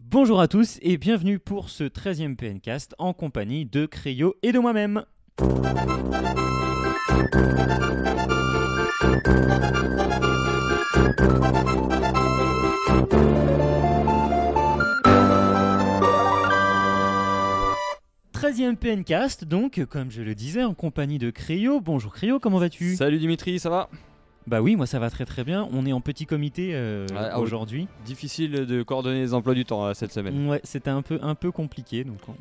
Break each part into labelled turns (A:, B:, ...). A: Bonjour à tous et bienvenue pour ce 13e PNcast en compagnie de Cryo et de moi-même. Treizième PNcast, donc comme je le disais, en compagnie de Cryo. Bonjour Cryo, comment vas-tu
B: Salut Dimitri, ça va
A: Bah oui, moi ça va très très bien. On est en petit comité euh,
B: Ah, ah oui.
A: aujourd'hui.
B: Difficile de coordonner les emplois du temps euh, cette semaine.
A: Ouais, c'était un peu, un peu compliqué. Donc on,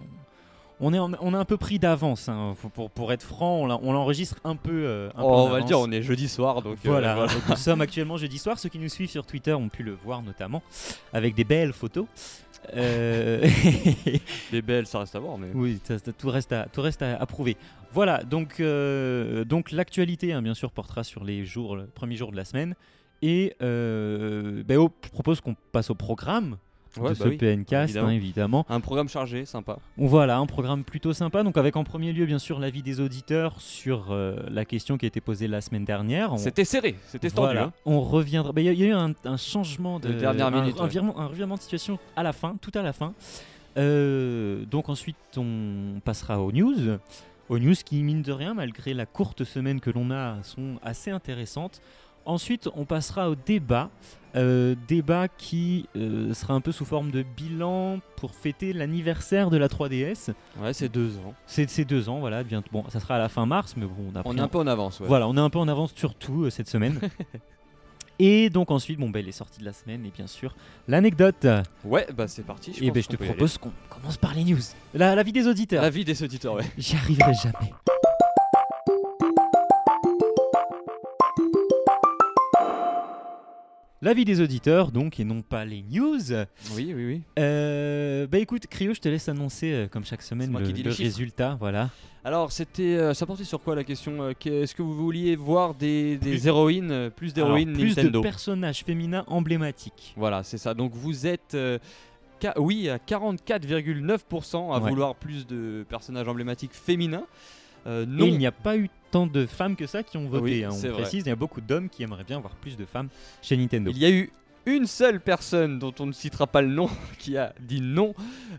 A: on est, en- on est un peu pris d'avance. hein. Faut- Pour, pour être franc, on l'a- on l'enregistre un peu. euh, un peu
B: Oh,
A: en
B: on va le
A: avance.
B: dire, on est jeudi soir, donc euh,
A: Voilà, donc nous sommes actuellement jeudi soir. Ceux qui nous suivent sur Twitter ont pu le voir notamment avec des belles photos. Euh,
B: les belles, ça reste à voir, mais
A: oui, ça- ça- tout, reste à, tout reste à, à prouver. Voilà, donc, euh, donc l'actualité, hein, bien sûr, portera sur les jours, le premier jour de la semaine. Et euh, ben, oh, je propose qu'on passe au programme
B: Ouais,
A: de
B: bah
A: ce
B: oui.
A: PNcast,
B: évidemment.
A: hein, évidemment.
B: un programme chargé, sympa.
A: Voilà, un programme plutôt sympa. Donc avec en premier lieu, bien sûr, l'avis des auditeurs sur euh, la question qui a été posée la semaine dernière. On-
B: C'était serré, c'était tendu.
A: voilà,
B: hein.
A: on reviendra. Mais Il y, a- il y a eu un, un changement de,
B: De dernière
A: un-
B: minute,
A: un,
B: ouais.
A: virement- un revirement de situation à la fin, tout à la fin. Euh, donc ensuite, on passera aux news. Aux news qui, mine de rien, malgré la courte semaine que l'on a, sont assez intéressantes. Ensuite, on passera au débat. Euh, débat qui euh, sera un peu sous forme de bilan pour fêter l'anniversaire de la 3DS.
B: hein. Ouais, c'est deux ans.
A: C'est c'est deux ans, voilà. Bientôt. Bon, ça sera à la fin mars, mais bon, on a
B: On
A: pris
B: est
A: un-
B: un peu en avance, ouais.
A: voilà, on est un peu en avance sur tout euh, cette semaine. Et donc ensuite, bon, ben, les sorties de la semaine et bien sûr l'anecdote.
B: Ouais, bah c'est parti. Je
A: Et
B: pense
A: ben, je
B: qu'on
A: te
B: peut y aller.
A: propose qu'on commence par les news. La, la vie des auditeurs.
B: L'avis des auditeurs, ouais.
A: J'y arriverai jamais. L'avis des auditeurs, donc, et non pas les news.
B: Oui, oui, oui.
A: Euh, bah écoute, Cryo, je te laisse annoncer, euh, comme chaque semaine,
B: C'est moi
A: le,
B: qui dis les
A: le
B: chiffres.
A: résultat. Voilà.
B: Alors, c'était, euh, ça portait sur quoi la question euh, qu'est- Est-ce que vous vouliez voir des, des héroïnes, euh, plus d'héroïnes
A: Alors, plus
B: Nintendo
A: de personnages féminins emblématiques.
B: Voilà, c'est ça. Donc vous êtes, euh, ca- oui, à 44,9% à
A: Ouais.
B: vouloir plus de personnages emblématiques féminins. Euh,
A: Et
B: non,
A: il n'y a pas eu tant de femmes que ça qui ont voté.
B: Oui,
A: hein,
B: c'est
A: on
B: vrai.
A: précise, il y a beaucoup d'hommes qui aimeraient bien voir plus de femmes chez Nintendo.
B: il y a eu une seule personne dont on ne citera pas le nom qui a dit non.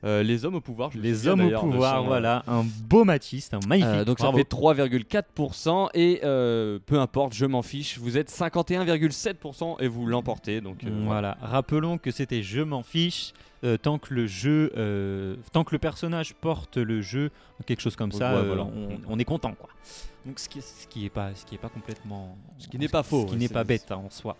B: Euh, les hommes au pouvoir. je me
A: Les
B: souviens
A: hommes au
B: d'ailleurs de
A: pouvoir,
B: son-
A: voilà, un beau machiste, un magnifique.
B: Euh, donc ça
A: bravo.
B: fait 3,4% et euh, peu importe, je m'en fiche. Vous êtes 51,7% et vous l'emportez. Donc euh,
A: Mm, Voilà. Rappelons que c'était je m'en fiche. euh, tant que le jeu, euh, tant que le personnage porte le jeu, quelque chose comme
B: Ouais,
A: ça,
B: ouais,
A: euh,
B: voilà. Mm.
A: on, on est content, quoi. Donc ce qui, ce qui est pas, ce qui est pas complètement,
B: Ce qui n'est pas faux,
A: ce qui
B: ouais,
A: n'est
B: c'est-
A: pas bête hein, en soi.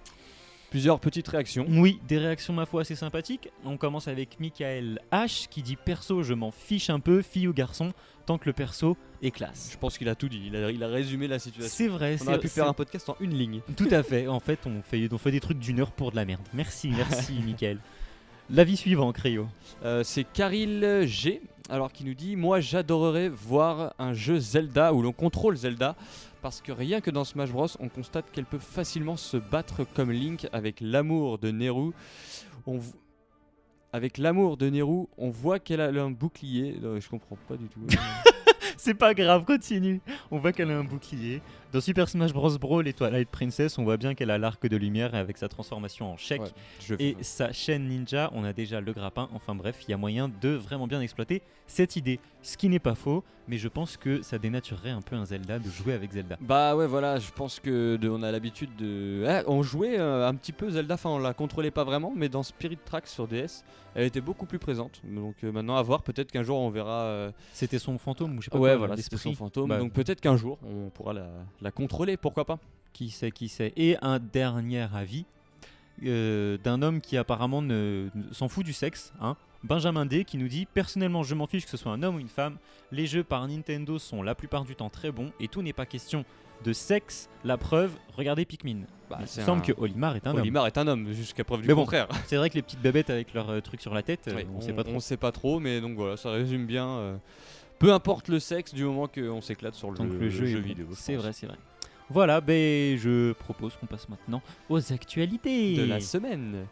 B: Plusieurs petites réactions.
A: Oui, des réactions ma foi assez sympathiques. On commence avec Michael H qui dit perso, je m'en fiche un peu, fille ou garçon, tant que le perso est classe.
B: Je pense qu'il a tout dit. Il a, il a résumé la situation.
A: C'est vrai,
B: On
A: c'est
B: aurait pu
A: c'est-
B: faire un podcast en une ligne.
A: tout à fait. En fait, on fait, on fait des trucs d'une heure pour de la merde. Merci, merci, Michael. L'avis suivant, Créo.
B: Euh, c'est Caril G alors qui nous dit moi j'adorerais voir un jeu Zelda où l'on contrôle Zelda parce que rien que dans Smash Bros on constate qu'elle peut facilement se battre comme Link avec l'amour de Neru on v- avec l'amour de Neru on voit qu'elle a un bouclier Euh, je comprends pas du tout
A: C'est pas grave, continue. On voit qu'elle a un bouclier. Dans Super Smash Bros. Brawl et Twilight Princess, on voit bien qu'elle a l'arc de lumière et avec sa transformation en chèque.
B: Ouais, je-
A: Et sa chaîne ninja, on a déjà le grappin. Enfin bref, il y a moyen de vraiment bien exploiter cette idée. Ce qui n'est pas faux, mais je pense que ça dénaturerait un peu un Zelda de jouer avec Zelda.
B: Bah ouais voilà, je pense que de- on a l'habitude de Ah, on jouait euh, un petit peu Zelda enfin on la contrôlait pas vraiment mais dans Spirit Tracks sur DS, elle était beaucoup plus présente. Donc euh, maintenant à voir, peut-être qu'un jour on verra euh,
A: C'était son fantôme ou je sais pas
B: Ouais,
A: quoi,
B: voilà, c'était
A: l'esprit.
B: son fantôme.
A: Bah,
B: Donc peut-être qu'un jour, on pourra la, la contrôler, pourquoi pas
A: Qui sait, qui sait. Et un dernier avis euh, d'un homme qui apparemment ne, ne- s'en fout du sexe, hein, Benjamin D, qui nous dit Personnellement, je m'en fiche que ce soit un homme ou une femme. Les jeux par Nintendo sont la plupart du temps très bons et tout n'est pas question de sexe. La preuve, regardez Pikmin.
B: Bah,
A: Il
B: c'est
A: semble
B: un-
A: que Olimar est un homme.
B: Olimar est un homme, jusqu'à preuve du
A: Ah, Mais bon,
B: contraire.
A: C'est vrai que les petites babettes avec leur euh, truc sur la tête, euh,
B: Ouais,
A: on, sait pas trop.
B: sait pas trop, mais donc voilà, ça résume bien. euh, peu importe le sexe, du moment qu'on s'éclate sur le,
A: Tant que
B: le
A: est bon.
B: vidéo. je
A: C'est
B: pense.
A: vrai, c'est vrai. Voilà, ben je propose qu'on passe maintenant aux actualités.
B: De la semaine.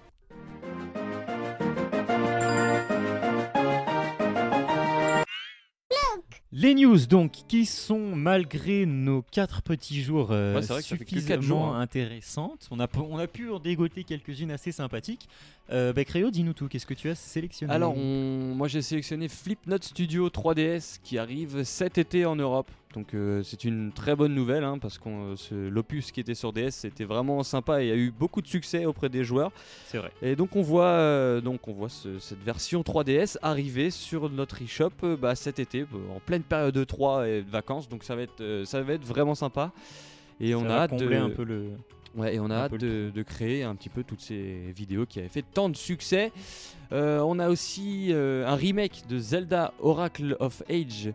A: Les news donc qui sont malgré nos quatre petits jours euh,
B: Ouais, c'est vrai que ça fait que quatre
A: suffisamment
B: jours, hein.
A: intéressantes. On a, pu- on a pu en dégoter quelques-unes assez sympathiques. Euh, bah, Créo, dis-nous tout, qu'est-ce que tu as sélectionné
B: Alors, on- moi j'ai sélectionné Flipknot Studio 3DS qui arrive cet été en Europe. Donc, euh, c'est une très bonne nouvelle hein, parce que l'opus qui était sur DS c'était vraiment sympa et a eu beaucoup de succès auprès des joueurs.
A: c'est vrai.
B: Et donc, on voit, euh, donc, on voit ce- cette version 3DS arriver sur notre eShop euh, bah, cet été euh, en pleine période de 3 et de vacances. Donc, ça va être, euh, ça va être vraiment sympa. Et on
A: Ça
B: a
A: va
B: hâte
A: combler
B: de.
A: un peu le.
B: Ouais, et on a
A: Un
B: hâte
A: peu le
B: de, de créer un petit peu toutes ces vidéos qui avaient fait tant de succès. Euh, on a aussi euh, un remake de Zelda Oracle of Age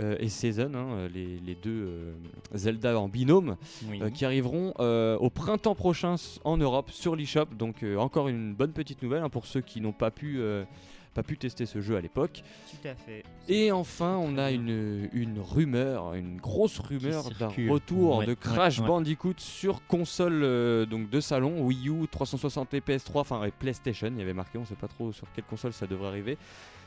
B: euh, et Season, hein, les, les deux euh, Zelda en binôme, euh,
A: Mhm.
B: qui arriveront euh, au printemps prochain s- en Europe sur l'eShop. Donc euh, encore une bonne petite nouvelle hein, pour ceux qui n'ont pas pu... euh, pas pu tester ce jeu à l'époque.
A: Tout à fait.
B: Et enfin, on
A: très
B: a
A: bien.
B: une, une rumeur, une grosse rumeur d'un
A: circule.
B: retour
A: Ouais,
B: de
A: ouais,
B: Crash
A: ouais.
B: Bandicoot sur console euh, donc de salon, Wii U, 360 et PS3, enfin et PlayStation, il y avait marqué, on sait pas trop sur quelle console ça devrait arriver.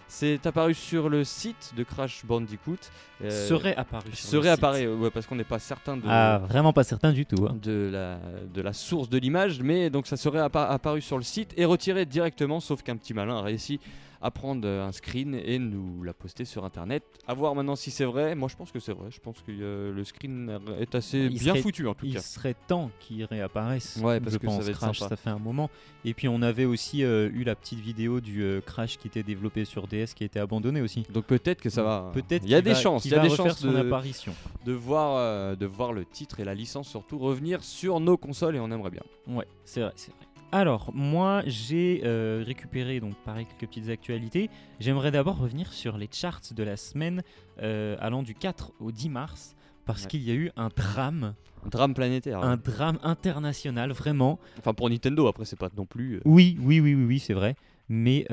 B: C'est apparu sur le site de Crash Bandicoot. euh,
A: serait apparu. sur le
B: serait
A: site.
B: apparu, ouais, parce qu'on n'est pas certain de,
A: Ah, vraiment pas certain du tout. hein.
B: de la, de la source de l'image, mais donc ça serait appa- apparu sur le site et retiré directement, sauf qu'un petit malin a réussi à prendre euh, un screen et nous la poster sur internet. À voir maintenant si c'est vrai. Moi je pense que c'est vrai. Je pense que euh, le screen est assez
A: Il
B: bien
A: serait-
B: foutu en tout
A: Il
B: cas.
A: serait temps qu'il réapparaisse.
B: Ouais, parce
A: je
B: que ça
A: pense.
B: va être
A: Crash,
B: sympa.
A: ça fait un moment. Et puis on avait aussi euh, eu la petite vidéo du euh, Crash qui était développée sur DS qui a été abandonnée aussi.
B: Donc peut-être que ça va.
A: Peut-être.
B: Ah. Il y a
A: qu'il
B: des
A: va-
B: chances.
A: qu'il
B: Il y a
A: va
B: des
A: refaire
B: chances
A: son
B: de,
A: apparition.
B: de voir euh, de voir le titre et la licence surtout revenir sur nos consoles et on aimerait bien.
A: Ouais, c'est vrai, c'est vrai. Alors, moi, j'ai euh, récupéré, donc pareil, quelques petites actualités. J'aimerais d'abord revenir sur les charts de la semaine euh, allant du 4 au 10 mars, parce
B: Ouais. Ah
A: qu'il y a eu un drame,
B: Drame planétaire.
A: un drame international, vraiment.
B: Enfin pour Nintendo après c'est pas non plus. euh,
A: Oui, oui, oui, oui, oui c'est vrai. Mais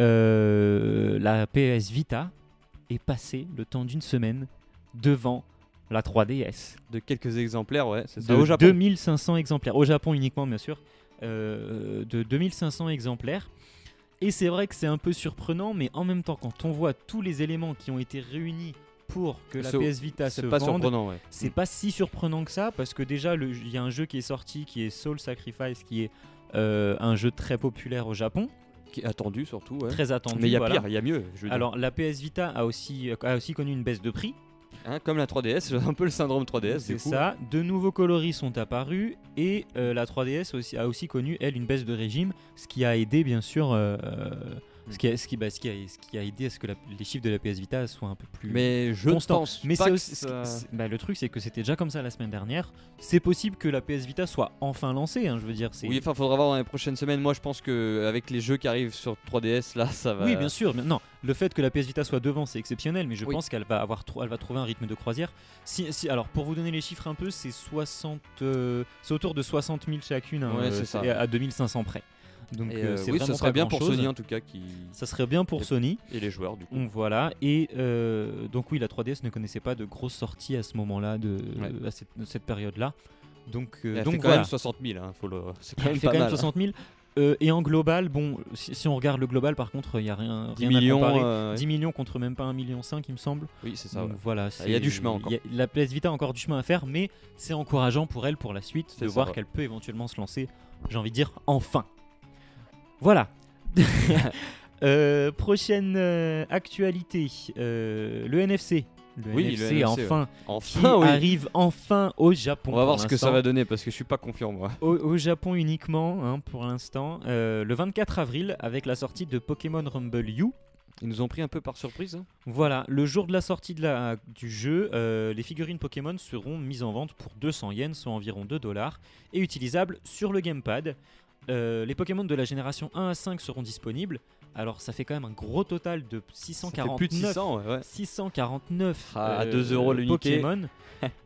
A: euh, la PS Vita est passée le temps d'une semaine devant la 3DS.
B: de quelques exemplaires ouais. C'est ça.
A: de
B: Au Japon.
A: 2500 exemplaires. Au Japon uniquement, bien sûr. euh, de 2500 exemplaires. Et c'est vrai que c'est un peu surprenant, mais en même temps, quand on voit tous les éléments qui ont été réunis pour que la
B: C'est-
A: PS Vita se
B: C'est pas
A: vende,
B: surprenant ouais.
A: c'est pas si surprenant que ça, parce que déjà, le- il y a un jeu qui est sorti, qui est Soul Sacrifice, qui est euh, un jeu très populaire au Japon,
B: Qui est attendu surtout ouais.
A: très attendu.
B: Mais il y a
A: voilà.
B: pire, il y a mieux. Je veux dire.
A: Alors, la PS Vita a aussi, a aussi connu une baisse de prix,
B: Hein, comme la 3DS, c'est un peu le syndrome 3DS.
A: C'est
B: du coup.
A: ça. De nouveaux coloris sont apparus et euh, la 3DS aussi, a aussi connu elle une baisse de régime, ce qui a aidé bien sûr, euh, ce, qui a, ce, qui, bah, ce, qui a, ce qui a aidé à ce que la- les chiffres de la PS Vita soient un peu plus
B: Mais je
A: constants.
B: pense
A: Mais
B: pas
A: c'est
B: que
A: aussi-
B: ça-
A: c'est- bah, le truc c'est que c'était déjà comme ça la semaine dernière. C'est possible que la PS Vita soit enfin lancée. hein, je veux dire, c'est
B: Oui, enfin, faudra voir dans les prochaines semaines. Moi, je pense que avec les jeux qui arrivent sur 3DS, là, ça va.
A: Oui, bien sûr. Mais non, le fait que la PS Vita soit devant, c'est exceptionnel, mais je
B: Oui.
A: pense qu'elle va avoir, tro- elle va trouver un rythme de croisière. Si, si- alors, pour vous donner les chiffres un peu, c'est 60, euh, c'est autour de 60 000 chacune, hein,
B: Ouais,
A: euh,
B: c'est ça.
A: et à 2500 près. Donc,
B: Et,
A: euh,
B: euh,
A: c'est
B: oui,
A: vraiment
B: ça serait
A: pas
B: bien pour
A: grand-chose.
B: Sony en tout cas, qui...
A: Ça Mm. serait bien pour
B: Et-
A: Sony.
B: et les joueurs du coup.
A: Donc, Voilà. Et euh, donc oui, la 3DS ne connaissait pas de grosses sorties à ce moment-là, de
B: Ouais.
A: à cette, cette période-là. Donc, euh,
B: Elle a
A: donc
B: fait quand
A: voilà.
B: même 60 000, hein, faut le... c'est quand
A: Il
B: même
A: fait
B: pas
A: quand même
B: mal. hein.
A: 60 000. Euh, et en global, bon, si, si on regarde le global, par contre, il n'y a rien,
B: 10
A: rien à comparer. Mm.
B: millions. euh,
A: 10 millions contre même pas 1,5 million, il me semble.
B: Oui, c'est ça.
A: Donc
B: ouais.
A: voilà,
B: Il y a
A: c'est-
B: du chemin encore.
A: il y a- la PS Vita a encore du chemin à faire, mais c'est encourageant pour elle pour la suite
B: C'est
A: de
B: ça,
A: voir
B: ouais.
A: qu'elle peut éventuellement se lancer, j'ai envie de dire, enfin. Voilà. Euh, prochaine euh, actualité, euh, le NFC. Le
B: Oui,
A: NFC,
B: le NFC, ouais.
A: enfin, qui
B: Enfin, oui.
A: arrive enfin au Japon.
B: On va voir
A: pour
B: ce que ça
A: l'instant.
B: va donner parce que je suis pas confiant moi.
A: Au, au Japon uniquement, hein, pour l'instant, euh, le 24 avril, avec la sortie de Pokémon Rumble You,
B: Ils nous ont pris un peu par surprise. hein.
A: Voilà, le jour de la sortie de la- du jeu, euh, les figurines Pokémon seront mises en vente pour 200 yens, soit environ 2 dollars, et utilisables sur le gamepad. Euh, les Pokémon de la génération 1 à 5 seront disponibles. Alors ça fait quand même un gros total de
B: Ça fait
A: 649.
B: plus de 600, ouais. ouais.
A: 649
B: Ah, à
A: euh,
B: 2 euros l'unité.
A: Pokémon.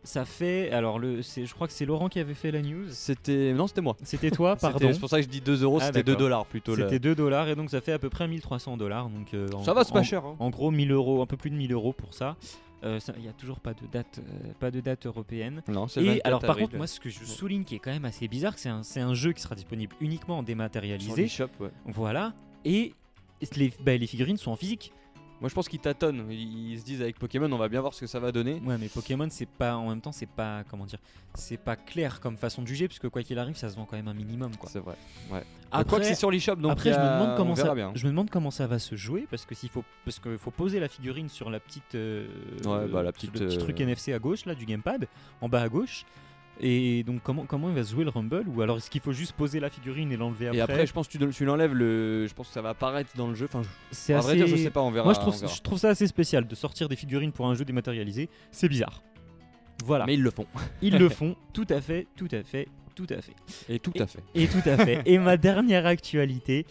A: ça fait alors le c'est- je crois que c'est Laurent qui avait fait la news.
B: C'était non, c'était moi.
A: C'était toi,
B: C'était-
A: Ah, pardon.
B: C'est pour ça que je dis 2 euros,
A: Ah,
B: c'était 2
A: d'accord.
B: dollars plutôt. là.
A: C'était 2 dollars et donc ça fait à peu près 1300 dollars donc euh, en-
B: Ça va, c'est pas
A: en-
B: cher. hein.
A: en gros 1000 euros, un peu plus de 1000 euros pour ça. Euh, ça- Il n'y a toujours pas de date, euh, pas de date européenne.
B: Non, c'est le
A: Et
B: 24
A: alors par
B: avril.
A: contre, moi ce que je
B: Ouais.
A: souligne qui est quand même assez bizarre, que c'est un, c'est un jeu qui sera disponible uniquement en
B: Sur
A: dématérialisé.
B: l'eShop, ouais.
A: Voilà. Et les, bah, les figurines sont en physique.
B: Moi, je pense qu'ils tâtonnent. Ils, ils se disent avec Pokémon, on va bien voir ce que ça va donner.
A: Ouais, mais Pokémon, c'est pas en même temps, c'est pas comment dire, c'est pas clair comme façon de juger, puisque quoi qu'il arrive, ça se vend quand même un minimum, quoi.
B: C'est vrai. Après,
A: Après,
B: que c'est sur l'eShop, donc
A: après,
B: il y
A: je me
B: a-
A: demande comment
B: on verra
A: ça,
B: bien.
A: je me demande comment ça va se jouer, parce que s'il faut, parce que faut poser la figurine sur la petite, euh,
B: Ouais, bah, la
A: le
B: petite,
A: petit- le petit truc
B: euh,
A: NFC à gauche là du gamepad, en bas à gauche. Et donc comment comment il va se jouer le Rumble ou alors est-ce qu'il faut juste poser la figurine et l'enlever après,
B: Et après, je pense que tu, donnes- tu l'enlèves, le... je pense que ça va apparaître dans le jeu. Enfin, je-
A: C'est
B: à vrai dire, je sais pas, on verra.
A: Moi, je trouve,
B: on verra.
A: je trouve ça assez spécial de sortir des figurines pour un jeu dématérialisé. C'est bizarre. Voilà.
B: Mais ils le font.
A: Ils le font, tout à fait, tout à fait, tout à fait.
B: Et tout à fait.
A: Et tout à fait. Et ma dernière actualité,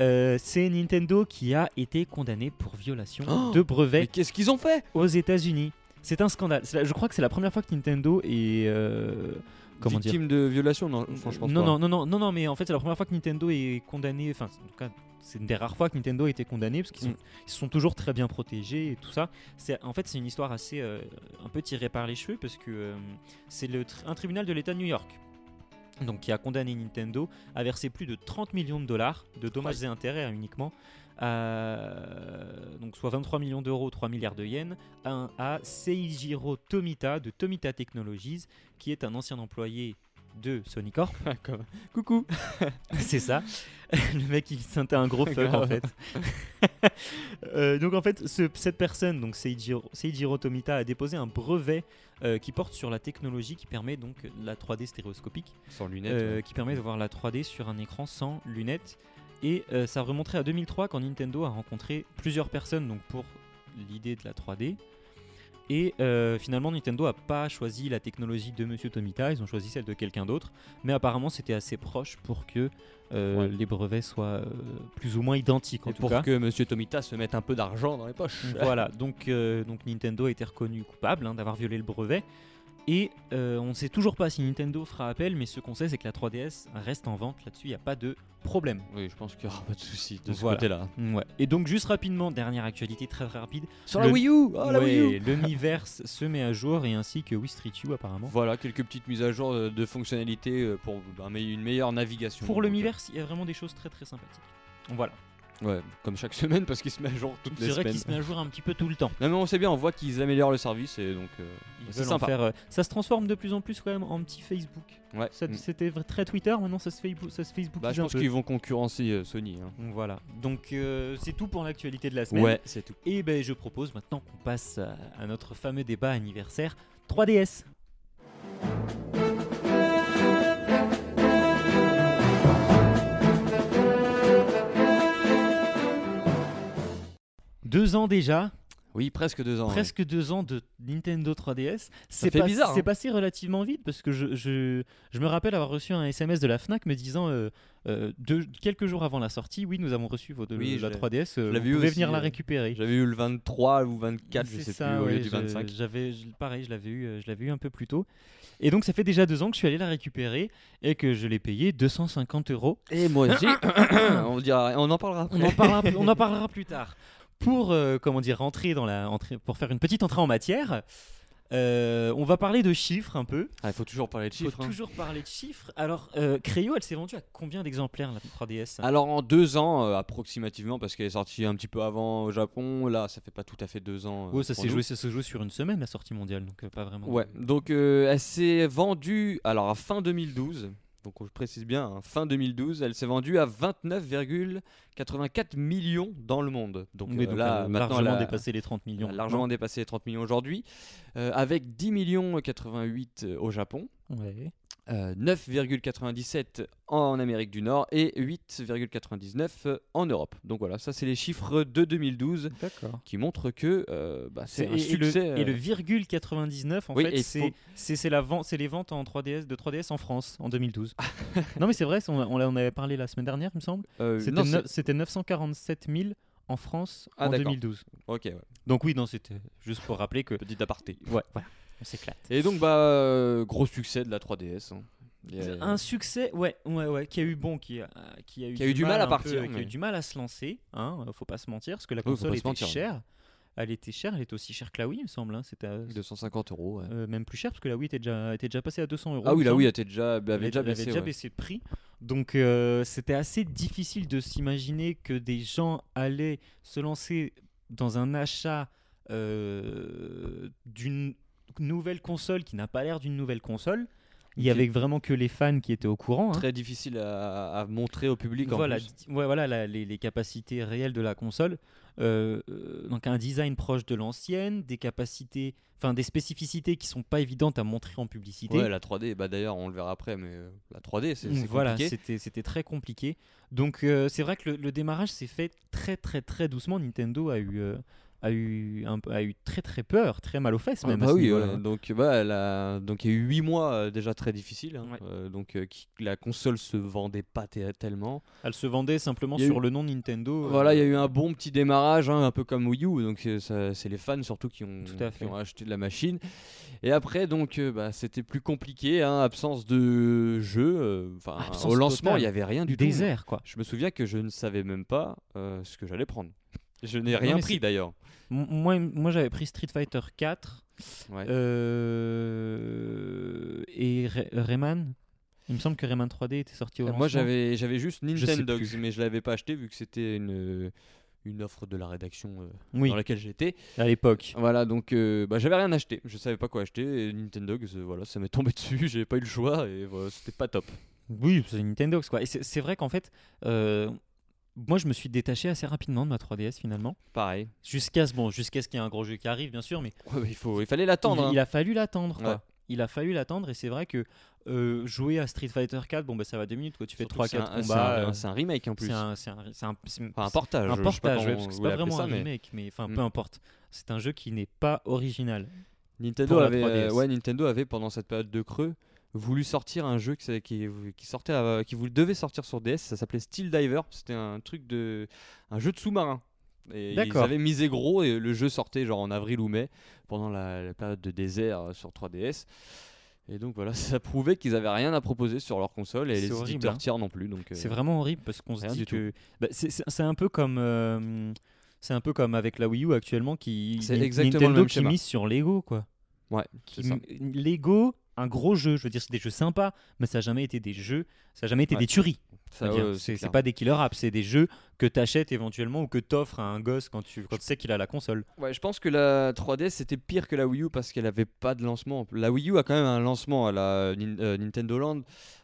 A: euh, c'est Nintendo qui a été condamné pour violation
B: Oh,
A: de
B: Mais
A: brevet
B: qu'est-ce qu'ils ont fait
A: aux États-Unis. C'est un scandale. C'est la- je crois que c'est la première fois que Nintendo est. euh, comment dire
B: Victime de violation Non, franchement,
A: non, non, non, non, non, non, mais en fait, c'est la première fois que Nintendo est condamné. Enfin, en tout cas, c'est une des rares fois que Nintendo a été condamné parce qu'ils sont,
B: Mm.
A: ils sont toujours très bien protégés et tout ça. C'est, en fait, c'est une histoire assez euh, un peu tirée par les cheveux parce que euh, c'est le tr- un tribunal de l'État de New York. Donc, qui a condamné Nintendo à verser plus de 30 millions de dollars de dommages et intérêts hein, uniquement, à- donc soit 23 millions d'euros, 3 milliards de yens, à, un- à Seijiro Tomita de Tomita Technologies, qui est un ancien employé de Sony Corp.
B: Coucou.
A: C'est ça. le mec, il sentait un gros fuck en
B: Grave.
A: fait. Euh, donc en fait, ce- cette personne, donc Seijiro, Seijiro Tomita, a déposé un brevet euh, qui porte sur la technologie qui permet donc la 3D stéréoscopique,
B: Sans lunettes.
A: euh,
B: ouais.
A: qui permet de voir la 3D sur un écran sans lunettes. Et euh, ça remonterait à 2003 quand Nintendo a rencontré plusieurs personnes donc pour l'idée de la 3D. Et euh, finalement, Nintendo a pas choisi la technologie de Monsieur Tomita, ils ont choisi celle de quelqu'un d'autre. Mais apparemment, c'était assez proche pour que euh,
B: Ouais.
A: les brevets soient euh, plus ou moins identiques en
B: Et
A: tout
B: pour
A: cas. Mm.
B: que Monsieur Tomita se mette un peu d'argent dans les poches.
A: Voilà, donc, euh, donc Nintendo a été reconnu coupable hein, d'avoir violé le brevet. Et euh, on ne sait toujours pas si Nintendo fera appel, mais ce qu'on sait, c'est que la 3DS reste en vente. Là-dessus, il n'y a pas de problème.
B: Oui, je pense qu'il n'y aura pas de souci de ce
A: Voilà.
B: côté-là.
A: Ouais. Et donc, juste rapidement, dernière actualité très, très rapide.
B: Sur
A: Le-
B: la Wii U Oh, la Wii U
A: Ouais, L'Universe se met à jour et ainsi que Wii Street U, apparemment.
B: Voilà, quelques petites mises à jour euh, de fonctionnalités euh, pour ben, mais une meilleure navigation.
A: Pour
B: Donc,
A: l'Universe, il y a vraiment des choses très, très sympathiques. Voilà.
B: euh, Ouais, comme chaque semaine parce qu'il se met à jour toutes
A: C'est
B: les
A: vrai
B: semaines.
A: qu'il se met à jour un petit peu tout le temps.
B: Non mais on sait bien, on voit qu'ils améliorent le service et donc euh,
A: Ils
B: C'est
A: veulent en
B: sympa.
A: faire, euh, ça se transforme de plus en plus quand même en petit Facebook.
B: ouais.
A: Ça-
B: Mm.
A: C'était vrai- très Twitter, maintenant ça se Facebook. Ça se Facebook
B: Bah, je pense qu'ils vont concurrencer euh, Sony. hein.
A: Voilà, donc euh, c'est tout pour l'actualité de la semaine.
B: Ouais, c'est tout.
A: Et ben, je propose maintenant qu'on passe à, à notre fameux débat anniversaire 3DS. Deux ans déjà,
B: Oui, presque deux ans. ouais.
A: presque deux ans de Nintendo 3DS. C'est
B: fait bizarre,
A: C'est
B: hein.
A: passé relativement vite parce que je, je, je me rappelle avoir reçu un SMS de la Fnac me disant euh, euh, deux- quelques jours avant la sortie, oui, nous avons reçu votre,
B: Oui, je
A: la
B: l'ai-
A: 3DS. euh,
B: l'ai
A: vous
B: vu
A: pouvez
B: aussi,
A: venir la
B: euh,
A: récupérer.
B: J'avais eu le 23 ou 24, je
A: C'est
B: sais
A: ça,
B: plus, au
A: ouais,
B: lieu du
A: je-
B: 25.
A: J'avais, je- pareil, je l'avais eu, euh, je l'avais eu un peu plus tôt. Et donc ça fait déjà deux ans que je suis allé la récupérer et que je l'ai payé 250 euros.
B: Et moi aussi, on, dira, on en parlera
A: On
B: après.
A: en parlera, plus- on en parlera plus tard. Pour euh, comment dire, rentrer dans la, entrer- pour faire une petite entrée en matière, euh, on va parler de chiffres un peu.
B: Ah, il faut toujours parler de
A: Il faut
B: chiffres. hein.
A: toujours parler de chiffres. Alors, euh, Creo, elle s'est vendue à combien d'exemplaires la 3DS
B: Alors en deux ans, euh, approximativement, parce qu'elle est sortie un petit peu avant au Japon, là ça fait pas tout à fait deux ans. euh,
A: Ouais, ça
B: pour
A: s'est
B: nous.
A: joué, ça se joue sur une semaine la sortie mondiale, donc euh, pas vraiment.
B: Ouais, donc euh, elle s'est vendue, alors à fin 2012, donc je précise bien, hein, fin 2012, elle s'est vendue à 29,84 millions dans le monde. Donc,
A: Mais
B: euh,
A: donc,
B: là,
A: elle a
B: maintenant,
A: largement
B: elle a-
A: dépassé les 30
B: elle a
A: millions.
B: largement dépassé les 30 millions aujourd'hui, euh, avec 10 millions 88 euh, au Japon.
A: Ouais.
B: euh, 9,97 en Amérique du Nord et 8,99 en Europe. Donc voilà, ça c'est les chiffres de 2012
A: D'accord.
B: qui montrent que euh, bah, c'est
A: C'est-
B: un
A: et, et le-
B: succès.
A: et le
B: euh,
A: virgule 99 en
B: Oui,
A: fait
B: et
A: c'est
B: faut-
A: c'est- c'est la vente c'est les ventes en 3DS de 3DS en France en 2012. non mais c'est vrai on, on, en avait parlé la semaine dernière il me semble.
B: euh,
A: C'était
B: non, c'est-
A: neuf- c'était 947 000 en France
B: Ah,
A: en
B: d'accord.
A: 2012.
B: Ok, ouais,
A: Donc oui non c'était juste pour rappeler que
B: petit aparté.
A: ouais voilà on s'éclate.
B: Et donc, bah, euh, gros succès de la 3DS. hein. Il y a-
A: Un succès, ouais, ouais, ouais, qui a eu bon, qui a, qui a eu,
B: Qui a eu du mal à
A: un peu,
B: partir,
A: qui a
B: mais-
A: eu du mal à se lancer, hein, euh, faut pas se mentir, parce que la
B: faut
A: console
B: pas se
A: était
B: mentir.
A: chère, elle était chère, elle était aussi chère que la Wii, il me semble, hein, c'était à-
B: 250 euros. ouais.
A: Euh, même plus cher parce que la Wii était déjà, était déjà passée à 200 euros.
B: ah oui,
A: il me
B: là, oui,
A: semble.
B: elle était déjà, elle
A: Elle
B: avait déjà baissé. ouais.
A: le prix. Donc euh, c'était assez difficile de s'imaginer que des gens allaient se lancer dans un achat euh, d'une nouvelle console qui n'a pas l'air d'une nouvelle console. Il y
B: Ok.
A: avait vraiment que les fans qui étaient au courant. hein.
B: Très difficile à, à montrer au public en
A: Voilà,
B: plus.
A: di- ouais, voilà la- les, les capacités réelles de la console. Euh, euh, donc un design proche de l'ancienne, des capacités, enfin des spécificités qui sont pas évidentes à montrer en publicité.
B: Ouais, la 3D, bah d'ailleurs on le verra après, mais euh, la 3D c'est c'est
A: Mmh, voilà,
B: compliqué.
A: c'était c'était très compliqué. Donc euh, c'est vrai que le, le démarrage s'est fait très très très doucement. Nintendo a eu euh, a eu un peu- a eu très très peur, très mal aux fesses
B: Ah
A: même.
B: bah
A: à ce
B: oui,
A: niveau-là.
B: euh, donc bah, la- donc il y a eu 8 mois euh, déjà très difficiles, hein,
A: Ouais.
B: euh, donc euh, qui- la console se vendait pas te- tellement.
A: Elle se vendait simplement
B: Il y a
A: sur
B: eu-
A: le nom Nintendo. euh,
B: Voilà, il y a eu un bon petit démarrage, hein, un peu comme Wii U, donc c'est ça- c'est les fans surtout qui ont,
A: Tout à
B: qui
A: fait.
B: ont acheté de la machine. Et après, donc, euh, bah, c'était plus compliqué, hein, absence de jeu, euh, enfin,
A: Absence
B: au lancement,
A: totale.
B: il n'y avait rien du tout.
A: désert quoi.
B: Je me souviens que je ne savais même pas euh, ce que j'allais prendre. Je n'ai
A: Non,
B: rien
A: mais
B: pris
A: c'est-
B: d'ailleurs.
A: M- moi moi j'avais pris Street Fighter 4
B: Ouais.
A: euh, et Ray- Rayman. Il me semble que Rayman 3D était sorti au
B: Euh,
A: lancement.
B: Moi, j'avais j'avais juste
A: Je sais
B: Nintendo,
A: plus.
B: mais je l'avais pas acheté vu que c'était une euh, une offre de la rédaction euh,
A: oui
B: dans laquelle j'étais.
A: à l'époque.
B: Voilà, donc euh, bah, j'avais rien acheté, je savais pas quoi acheter. Et Nintendo, euh, voilà, ça m'est tombé dessus, j'avais pas eu le choix et voilà, c'était pas top.
A: Oui, c'est Nintendo quoi. Et c'est c'est vrai qu'en fait, euh, moi je me suis détaché assez rapidement de ma 3DS finalement.
B: Pareil.
A: Jusqu'à ce bon, jusqu'à ce qu'il y ait un gros jeu qui arrive bien sûr, mais
B: Ouais, mais il faut, il fallait l'attendre.
A: il,
B: hein.
A: il a fallu l'attendre quoi.
B: Ouais.
A: Il a fallu l'attendre et c'est vrai que euh, jouer à Street Fighter 4, bon bah ça va deux minutes quoi. Tu fais
B: Surtout que
A: 3-4
B: c'est un-
A: combats.
B: C'est un,
A: euh,
B: c'est un remake en plus.
A: c'est un, c'est un, c'est un- c'est-
B: Enfin, un portage.
A: un
B: je sais pas
A: portage,
B: comment
A: ouais, parce que
B: vous
A: c'est pas
B: l'appelez
A: vraiment
B: ça,
A: un
B: mais-
A: remake, mais enfin
B: Mm.
A: peu importe. C'est un jeu qui n'est pas original.
B: Nintendo
A: pour la
B: avait, euh,
A: 3DS.
B: ouais, Nintendo avait pendant cette période de creux voulu sortir un jeu qui, s'est- qui, qui sortait, à- qui vous devait sortir sur DS. Ça s'appelait Steel Diver. C'était un truc de, un jeu de sous-marin. Et ils
A: D'accord.
B: avaient misé gros et le jeu sortait genre en avril ou mai pendant la, la période de désert euh, sur 3DS. Et donc voilà, ça prouvait qu'ils avaient rien à proposer sur leur console et
A: C'est
B: les
A: horrible,
B: éditeurs
A: hein.
B: tiers non plus. Donc euh,
A: C'est vraiment horrible parce qu'on se
B: Rien
A: dit
B: du tout.
A: que bah, c'est- c'est c'est un peu comme euh, c'est un peu comme avec la Wii U actuellement qui
B: C'est
A: Ni-
B: exactement le
A: Nintendo
B: même
A: qui
B: schéma.
A: mise sur Lego quoi.
B: Ouais,
A: Qui
B: c'est ça.
A: m- Lego un gros jeu, je veux dire c'est des jeux sympas, mais ça n'a jamais été des jeux, ça n'a jamais été
B: Ouais.
A: des tueries.
B: ça,
A: Je veux dire,
B: ouais,
A: c'est c'est
B: clair.
A: pas des killer apps, c'est des jeux que t'achètes éventuellement ou que t'offres à un gosse quand tu quand tu sais qu'il a la console.
B: Ouais, je pense que la 3DS c'était pire que la Wii U parce qu'elle avait pas de lancement. La Wii U a quand même un lancement à la Nin- euh, Nintendo Land,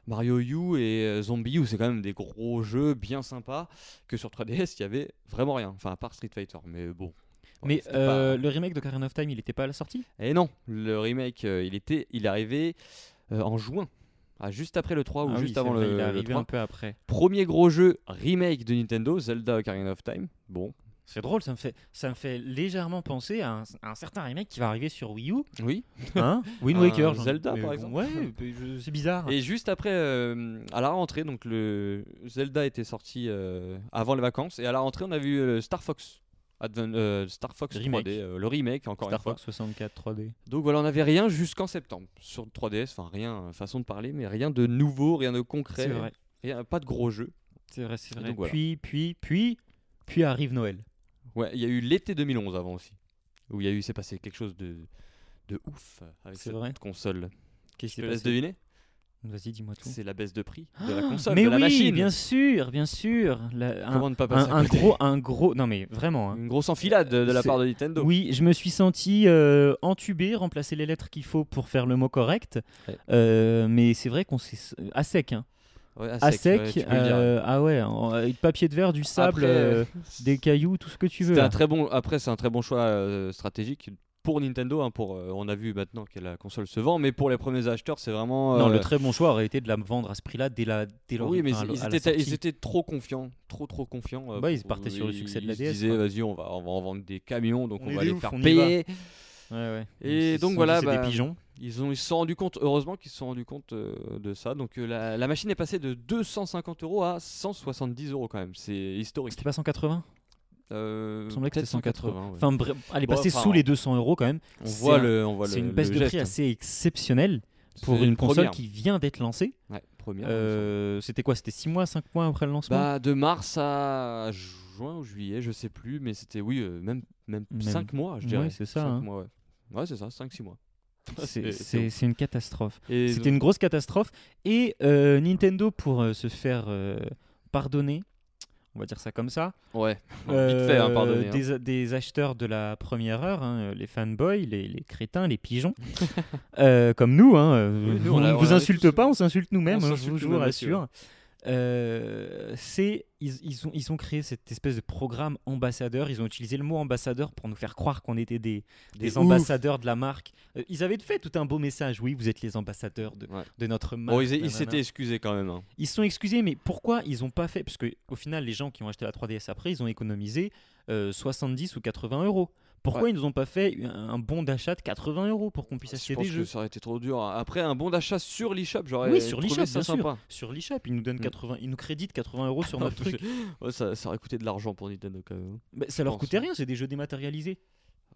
B: Mario U et euh, Zombie U, c'est quand même des gros jeux bien sympas que sur 3DS il y avait vraiment rien, enfin à part Street Fighter, mais bon. Voilà,
A: mais
B: c'était
A: euh,
B: pas-
A: le remake de Karine of Time, il était pas à la sortie
B: Et non, le remake euh, il était il est arrivé euh, en juin. Ah, juste après le 3 ou
A: Ah oui,
B: juste
A: c'est
B: avant
A: vrai,
B: le,
A: il est
B: le
A: arrivé
B: 3.
A: un peu après.
B: Premier gros jeu remake de Nintendo, Zelda Ocarina of Time. Bon,
A: C'est drôle, ça me fait, ça me fait légèrement penser à un, à un certain remake qui va arriver sur Wii U.
B: oui,
A: Hein Wind
B: Un
A: Waker, j'en-
B: Euh, Zelda,
A: mais
B: par
A: bon,
B: exemple.
A: Ouais, mais je- c'est bizarre.
B: Et juste après, euh, à la rentrée, donc le Zelda était sorti euh, avant les vacances, et à la rentrée, on a vu euh, Star Fox. Adven- euh, Star Fox
A: Remake.
B: 3D, euh, le remake encore
A: Star
B: une fois.
A: Fox 64 3D.
B: Donc voilà, on n'avait rien jusqu'en septembre sur 3DS, enfin rien, euh, façon de parler, mais rien de nouveau, rien de concret,
A: C'est vrai,
B: rien- pas de gros jeu.
A: c'est vrai, c'est
B: Et
A: vrai.
B: donc voilà.
A: Puis, puis, puis, puis arrive Noël.
B: Ouais, il y a eu l'été 2011 avant aussi, où il y a eu, c'est passé quelque chose de, de ouf euh, avec
A: C'est
B: cette
A: vrai.
B: console.
A: Qu'est-ce
B: Je
A: qui
B: te
A: s'est
B: laisse
A: passé
B: deviner,
A: Vas-y, dis-moi tout.
B: c'est la baisse de prix de la console,
A: mais
B: de
A: oui,
B: la machine.
A: bien sûr, bien sûr. La- un,
B: Comment ne pas
A: un-
B: passer à
A: un
B: côté
A: gros, un gros. Non mais vraiment. hein.
B: Une grosse enfilade de, de la
A: C'est-
B: part de Nintendo.
A: Oui, je me suis senti euh, entubé, remplacer les lettres qu'il faut pour faire le mot correct.
B: Ouais.
A: Euh, mais c'est vrai qu'on s'est à sec. hein.
B: Ouais, à
A: à
B: sec, ouais,
A: sec,
B: tu peux le dire.
A: euh, ah ouais, en- avec papier de verre, du
B: Après,
A: sable, euh, des cailloux, tout ce que tu veux. hein.
B: C'était un
A: là.
B: très bon. Après, c'est un très bon choix euh, stratégique pour Nintendo. hein, pour, euh, on a vu maintenant que la console se vend, mais pour les premiers acheteurs, c'est vraiment.
A: Non,
B: euh,
A: le très bon choix aurait été de la vendre à ce prix-là dès la dès leur-
B: oui, mais
A: enfin, à
B: ils,
A: la- à la
B: étaient,
A: sortie.
B: ils étaient trop confiants, trop trop confiants. euh,
A: Bah, ils
B: pour-
A: partaient sur le
B: ils-
A: succès de la
B: ils se
A: DS, hein.
B: disaient,
A: quoi.
B: vas-y, on va, on va en vendre des camions, donc
A: On
B: on,
A: est
B: va
A: des
B: les
A: ouf,
B: faire
A: on y
B: payer.
A: Ouais, ouais.
B: Et
A: Ils se
B: donc,
A: sont
B: voilà,
A: dit, c'est
B: bah,
A: des pigeons.
B: Ils ont, ils se sont rendus compte. Heureusement qu'ils se sont rendus compte euh, de ça. Donc euh, la, la machine est passée de 250 euros à 170 euros quand même. C'est historique.
A: C'était pas 180
B: Euh,
A: Il me semblait que
B: peut-être
A: c'était 180.
B: ouais.
A: Enfin, bref, elle est
B: Bon,
A: passée
B: enfin,
A: sous les 200 euros quand même.
B: on
A: c'est
B: voit
A: un-
B: le, on voit
A: C'est
B: le-
A: une baisse
B: le
A: de prix hein.
B: geste. hein.
A: assez exceptionnelle
B: C'est
A: pour une console
B: première.
A: qui vient d'être lancée.
B: Ouais, première. il me semble.
A: Euh, C'était quoi C'était 6 mois, 5 mois après le lancement
B: Bah, de mars à juin ou juillet, je sais plus, mais c'était, oui, euh, même, même,
A: Même-
B: 5 mois, je
A: Ouais,
B: dirais.
A: c'est ça,
B: Cinq
A: hein.
B: mois, ouais. Ouais, c'est ça, 5-6 mois.
A: C'est-
B: c'est-
A: C'est c'est une catastrophe.
B: Et
A: C'était une grosse catastrophe. Et euh, Nintendo, pour euh, se faire euh, pardonner, on va dire ça comme ça.
B: Ouais, vite fait, hein,
A: Euh,
B: pardonnez. hein.
A: Des, des acheteurs de la première heure, hein, les fanboys, les, les crétins, les pigeons, Euh, comme nous. Hein, euh,
B: Oui, nous,
A: on
B: on
A: ne
B: a- on
A: vous
B: a
A: insulte
B: tous-
A: pas, on s'insulte nous-mêmes,
B: on
A: hein, je
B: s'insulte
A: vous, je vous
B: nous-mêmes,
A: rassure. Euh, c'est ils, ils ont, ils ont créé cette espèce de programme ambassadeur. Ils ont utilisé le mot ambassadeur pour nous faire croire qu'on était des, des
B: ouf.
A: ambassadeurs de la marque. Euh, ils avaient fait tout un beau message. Oui, vous êtes les ambassadeurs de,
B: Ouais.
A: de notre marque.
B: Bon, ils ils
A: nanana.
B: s'étaient excusés quand même. hein.
A: Ils se sont excusés, mais pourquoi ils n'ont pas fait Parce que au final, les gens qui ont acheté la 3DS après, ils ont économisé euh, 70 ou 80 euros. Pourquoi ils nous ont pas fait un un bon d'achat de 80 euros pour qu'on puisse
B: Ah, Je
A: acheter
B: pense
A: des
B: que
A: jeux
B: ça aurait été trop dur. Après, un bon d'achat sur l'eShop, j'aurais
A: Oui, sur
B: trouvé
A: l'eShop,
B: ça
A: bien sûr.
B: sympa.
A: Sur l'eShop, ils nous donnent
B: Mm.
A: 80, ils nous créditent 80 euros sur
B: Non,
A: notre
B: mais
A: truc.
B: Ouais, ça, ça aurait coûté de l'argent pour Nintendo quand même.
A: Bah, ça leur
B: pense,
A: coûtait
B: ouais.
A: rien, c'est des jeux dématérialisés.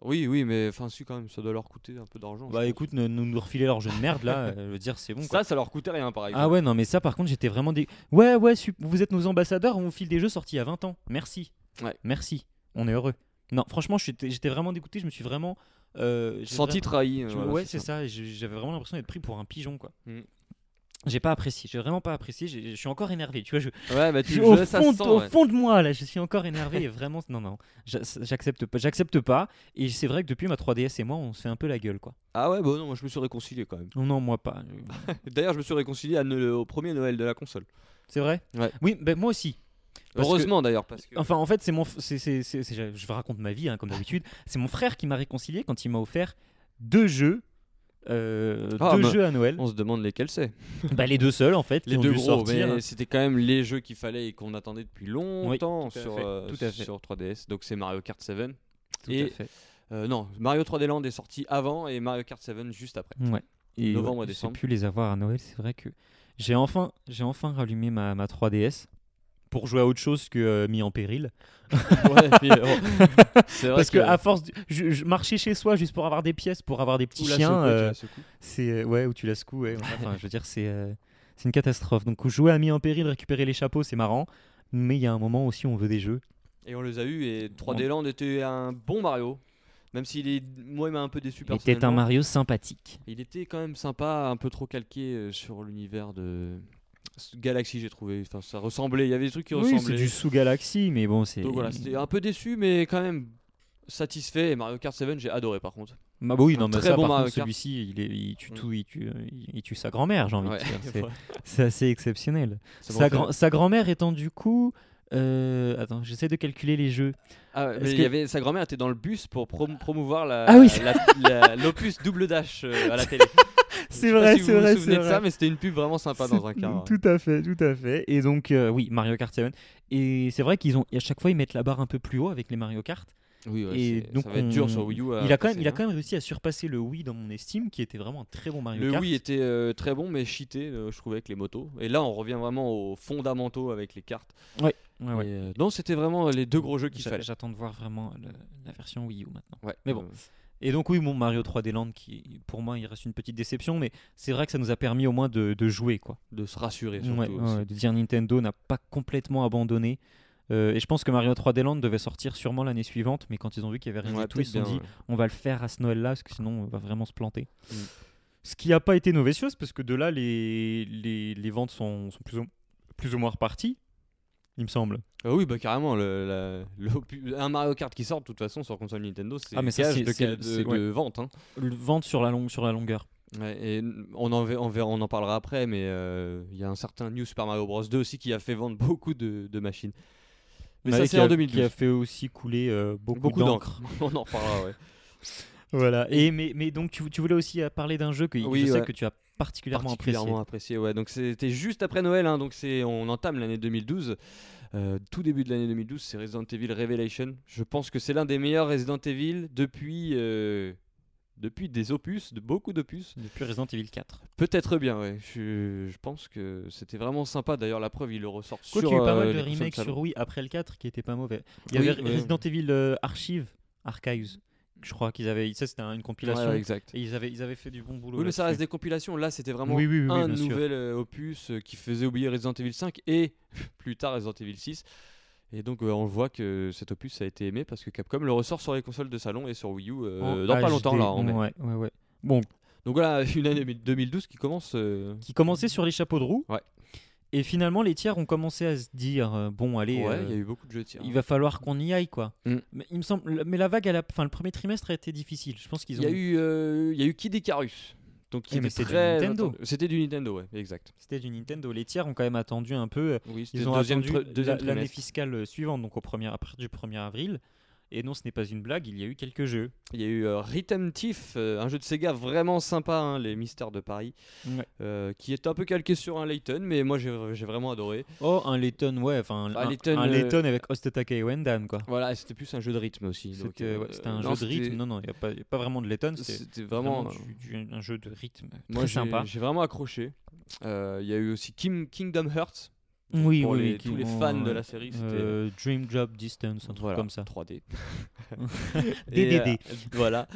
B: Oui, oui, mais enfin, si quand même, ça doit leur coûter un peu d'argent. je
A: Bah
B: pense.
A: écoute, ne- nous nous refiler leur jeu de merde là, euh, je veux dire c'est bon. quoi.
B: ça, ça leur coûtait rien par exemple.
A: Ah ouais non mais ça par contre j'étais vraiment des ouais ouais sup- vous êtes nos ambassadeurs on vous file des jeux sortis il y a 20 ans merci
B: Ouais.
A: merci on est heureux non franchement je suis- j'étais vraiment dégoûté je me suis vraiment euh, j'ai
B: Senti trahi.
A: Je-
B: euh, voilà,
A: ouais, c'est ça. et j'ai- J'avais vraiment l'impression d'être pris pour un pigeon, quoi.
B: Mm.
A: J'ai pas apprécié. J'ai vraiment pas apprécié. j'ai- Je suis encore énervé. Tu vois, je,
B: Ouais, bah, tu je-
A: je- au,
B: ça
A: fond,
B: se sent,
A: au
B: ouais.
A: fond de moi, là, je suis encore énervé. et vraiment, non, non, j'a- j'accepte pas. J'accepte pas. Et c'est vrai que depuis ma 3DS et moi, on se fait un peu la gueule, quoi.
B: Ah ouais, bah non, moi je me suis réconcilié quand même.
A: Non, non, moi pas.
B: D'ailleurs, je me suis réconcilié à Noël- au premier Noël de la console.
A: C'est vrai.
B: Ouais.
A: Oui, ben moi aussi. Parce que-
B: Heureusement d'ailleurs, parce que.
A: Enfin, en fait, c'est mon, f- c'est, c'est- c'est- c'est- je vous raconte ma vie hein, comme d'habitude. C'est mon frère qui m'a réconcilié quand il m'a offert deux jeux, euh,
B: Ah,
A: deux
B: mais-
A: jeux à Noël.
B: on se demande lesquels c'est.
A: Bah, les deux seuls en fait, qui
B: Les
A: ont
B: deux
A: dû
B: gros,
A: sortir.
B: mais c'était quand même les jeux qu'il fallait et qu'on attendait depuis longtemps
A: tout à
B: sur,
A: fait,
B: euh,
A: tout à fait.
B: sur 3DS. Donc c'est Mario Kart 7.
A: Tout à
B: et-
A: fait.
B: Euh, non, Mario 3D Land est sorti avant et Mario Kart 7 juste après.
A: Ouais. Et
B: Novembre
A: ouais,
B: et décembre.
A: J'ai pu les avoir à Noël, c'est vrai que j'ai enfin, j'ai enfin rallumé ma, ma 3DS pour jouer à autre chose que euh, mis en péril.
B: Ouais, mais, euh, bon, c'est vrai
A: Parce que, à force, de- je, je marchais chez soi juste pour avoir des pièces, pour avoir des petits
B: Ou la
A: chiens,
B: secoue, tu
A: euh,
B: la secoues.
A: c'est euh, ouais où tu la secoues. ouais, enfin, je veux dire, c'est euh, c'est une catastrophe. Donc jouer à mis en péril, récupérer les chapeaux, c'est marrant. Mais il y a un moment aussi, on veut des jeux.
B: Et on les a eu et 3D Land était un bon Mario. Même s'il est, moi, il m'a un peu déçu
A: C'était un
B: personnellement.
A: Mario sympathique.
B: Il était quand même sympa, un peu trop calqué euh, sur l'univers de ce Galaxy, j'ai trouvé. Enfin, ça ressemblait. Il y avait des trucs qui
A: Oui, c'est
B: ressemblaient.
A: du sous galaxie, mais bon, c'est.
B: Donc voilà, c'était un peu déçu, mais quand même satisfait. Et Mario Kart 7, j'ai adoré par contre.
A: Bah oui,
B: Un
A: non, mais
B: très
A: ça,
B: bon
A: par
B: Mario
A: contre,
B: Kart.
A: celui-ci, il, est- il tue
B: Mm.
A: tout, il tue, euh, il il tue sa grand-mère, j'ai envie
B: Ouais.
A: de dire. C'est- C'est assez exceptionnel.
B: Ça me
A: Sa,
B: refait-
A: grand- sa grand-mère étant du coup. euh, attends, j'essaie de calculer les jeux.
B: Ah ouais, mais
A: Parce
B: il
A: que-
B: y avait, sa grand-mère était dans le bus pour prom- promouvoir la,
A: Ah oui.
B: la- la- l'opus double dash euh, à la télé.
A: C'est
B: Je sais pas
A: vrai,
B: si vous
A: c'est
B: vous
A: vrai,
B: souvenez
A: c'est
B: de ça,
A: vrai.
B: mais c'était une pub vraiment sympa dans un
A: C'est-
B: car.
A: Tout à fait, tout à fait. Et donc, euh, oui, Mario Kart 7. Et c'est vrai qu'ils ont, à chaque fois, ils mettent la barre un peu plus haut avec les Mario Kart.
B: Oui, ouais,
A: Et
B: c'est-
A: donc
B: ça va être
A: on-
B: dur sur Wii U. à
A: il, a quand même,
B: passer,
A: il a
B: hein.
A: quand même réussi à surpasser le Wii dans mon estime, qui était vraiment un très bon Mario
B: Le
A: Kart.
B: Wii était euh, très bon, mais cheaté, euh, je trouvais, avec les motos. Et là, on revient vraiment aux fondamentaux avec les cartes.
A: Ouais, Ah ouais.
B: Et, euh, non, c'était vraiment les deux gros jeux qu'il
A: J'a-
B: fallait.
A: J'attends de voir vraiment le- la version Wii U maintenant.
B: Ouais. euh,
A: Mais bon. Et donc oui, mon Mario 3D Land, qui pour moi il reste une petite déception, mais c'est vrai que ça nous a permis au moins de, de jouer, quoi.
B: de se rassurer surtout.
A: Ouais,
B: aussi.
A: ouais, de dire Nintendo n'a pas complètement abandonné. Euh, et je pense que Mario 3D Land devait sortir sûrement l'année suivante, mais quand ils ont vu qu'il y avait rien
B: Ouais,
A: du tout, ils se sont
B: peut-être
A: dit
B: bien, euh, ouais.
A: on va le faire à ce Noël-là, parce que sinon on va vraiment se planter.
B: Mm.
A: Ce qui n'a pas été mauvaise chose, parce que de là les, les, les ventes sont, sont plus, ou, plus ou moins reparties, il me semble.
B: Ah oui, bah carrément, le, la- l'opu- un Mario Kart qui sort de toute façon sur console Nintendo, c'est
A: Ah, mais ça,
B: gage
A: c'est-
B: de,
A: c'est-
B: quel- de-
A: c'est-
B: de
A: ouais.
B: vente. hein.
A: Le- Vente sur la, longue, sur la longueur.
B: Ouais, et on en, ver- on verra- on en parlera après, mais euh, il y a un certain New Super Mario Bros 2 aussi qui a fait vendre beaucoup de, de machines. Mais ça,
A: Ouais,
B: c'est
A: qui a-
B: en
A: Qui a
B: 2012.
A: fait aussi couler euh, beaucoup,
B: Beaucoup
A: d'encre.
B: d'encre. on en reparlera, ouais.
A: Voilà. Et mais, mais donc tu, tu voulais aussi euh, parler d'un jeu que
B: Oui,
A: je
B: ouais.
A: sais que tu as particulièrement,
B: particulièrement apprécié. ouais. Donc c'était juste après Noël, hein, donc c'est on entame l'année 2012. Euh, tout début de l'année 2012, c'est Resident Evil Revelation. Je pense que c'est l'un des meilleurs Resident Evil depuis euh, depuis des opus, de beaucoup d'opus.
A: apprécié depuis Resident Evil 4.
B: Peut-être bien, ouais. Je, je pense que c'était vraiment sympa. D'ailleurs, la preuve, il le ressort
A: Quoi
B: sur
A: qu'il y a eu pas
B: euh,
A: mal de
B: les consoles
A: remakes
B: salon.
A: sur Wii après le 4 qui était pas mauvais. Il y
B: Oui,
A: avait
B: ouais.
A: Resident Evil euh, Archive, Archives, je crois qu'ils avaient. Ça c'était un- une compilation.
B: Ouais, ouais, exact.
A: Et ils avaient, ils avaient fait du bon boulot.
B: Oui, mais ça reste
A: là-dessus.
B: des compilations. Là, c'était vraiment
A: Oui, oui, oui, oui,
B: un
A: bien sûr.
B: nouvel euh, opus euh, qui faisait oublier Resident Evil 5 et plus tard Resident Evil 6. Et donc, euh, on voit que cet opus a été aimé parce que Capcom le ressort sur les consoles de salon et sur Wii U euh,
A: En
B: dans pas
A: HD,
B: longtemps. Là, en mai.
A: ouais, ouais, ouais. Bon,
B: Donc voilà, une année 2012 qui commence. euh,
A: qui commençait sur les chapeaux de roue.
B: Ouais.
A: Et finalement, les tiers ont commencé à se dire euh, bon, allez,
B: ouais,
A: euh,
B: il y a eu beaucoup de jeux de tir.
A: il va falloir qu'on y aille, quoi.
B: Mm.
A: Mais il me semble, mais la vague, elle a- enfin, le premier trimestre a été difficile. Je pense qu'ils
B: Il
A: ont.
B: y a eu, euh, il y a eu Kid Icarus. Donc qui
A: Eh, mais
B: était
A: c'était du
B: très
A: Nintendo.
B: attendu. C'était du Nintendo, ouais, exact.
A: C'était du Nintendo. Les tiers ont quand même attendu un peu. euh,
B: Oui, c'était
A: Ils ont
B: deuxième
A: attendu
B: tri-
A: la-
B: deuxième
A: l'année
B: trimestre.
A: fiscale euh, suivante, donc au premier, après du 1er avril. Et non, ce n'est pas une blague. Il y a eu quelques jeux.
B: Il y a eu euh, Rhythm Thief, euh, un jeu de Sega vraiment sympa, hein, les Mystères de Paris,
A: Ouais.
B: euh, qui est un peu calqué sur un Layton, mais moi j'ai j'ai vraiment adoré.
A: Oh, un Layton, ouais, enfin
B: Ah,
A: un,
B: Layton,
A: un
B: euh,
A: Layton avec Ostetaka et Wendan, quoi.
B: Voilà, et c'était plus un jeu de rythme aussi. donc,
A: C'était
B: euh,
A: ouais, c'était un
B: non,
A: jeu de rythme.
B: c'était-
A: Non, non, il n'y a, pas- y a pas vraiment de Layton. C'était
B: C'était
A: vraiment
B: vraiment. euh,
A: du- du- un jeu de rythme très
B: Moi j'ai-
A: sympa.
B: j'ai vraiment accroché. Euh, Il y a eu aussi Kim- Kingdom Hearts,
A: Oui,
B: pour
A: oui,
B: les-
A: oui, qui
B: tous les
A: vont,
B: fans de
A: euh,
B: la série. C'était.
A: euh, Dream Job Distance, un truc
B: Voilà,
A: comme ça.
B: 3D. Et,
A: DDD.
B: euh, voilà.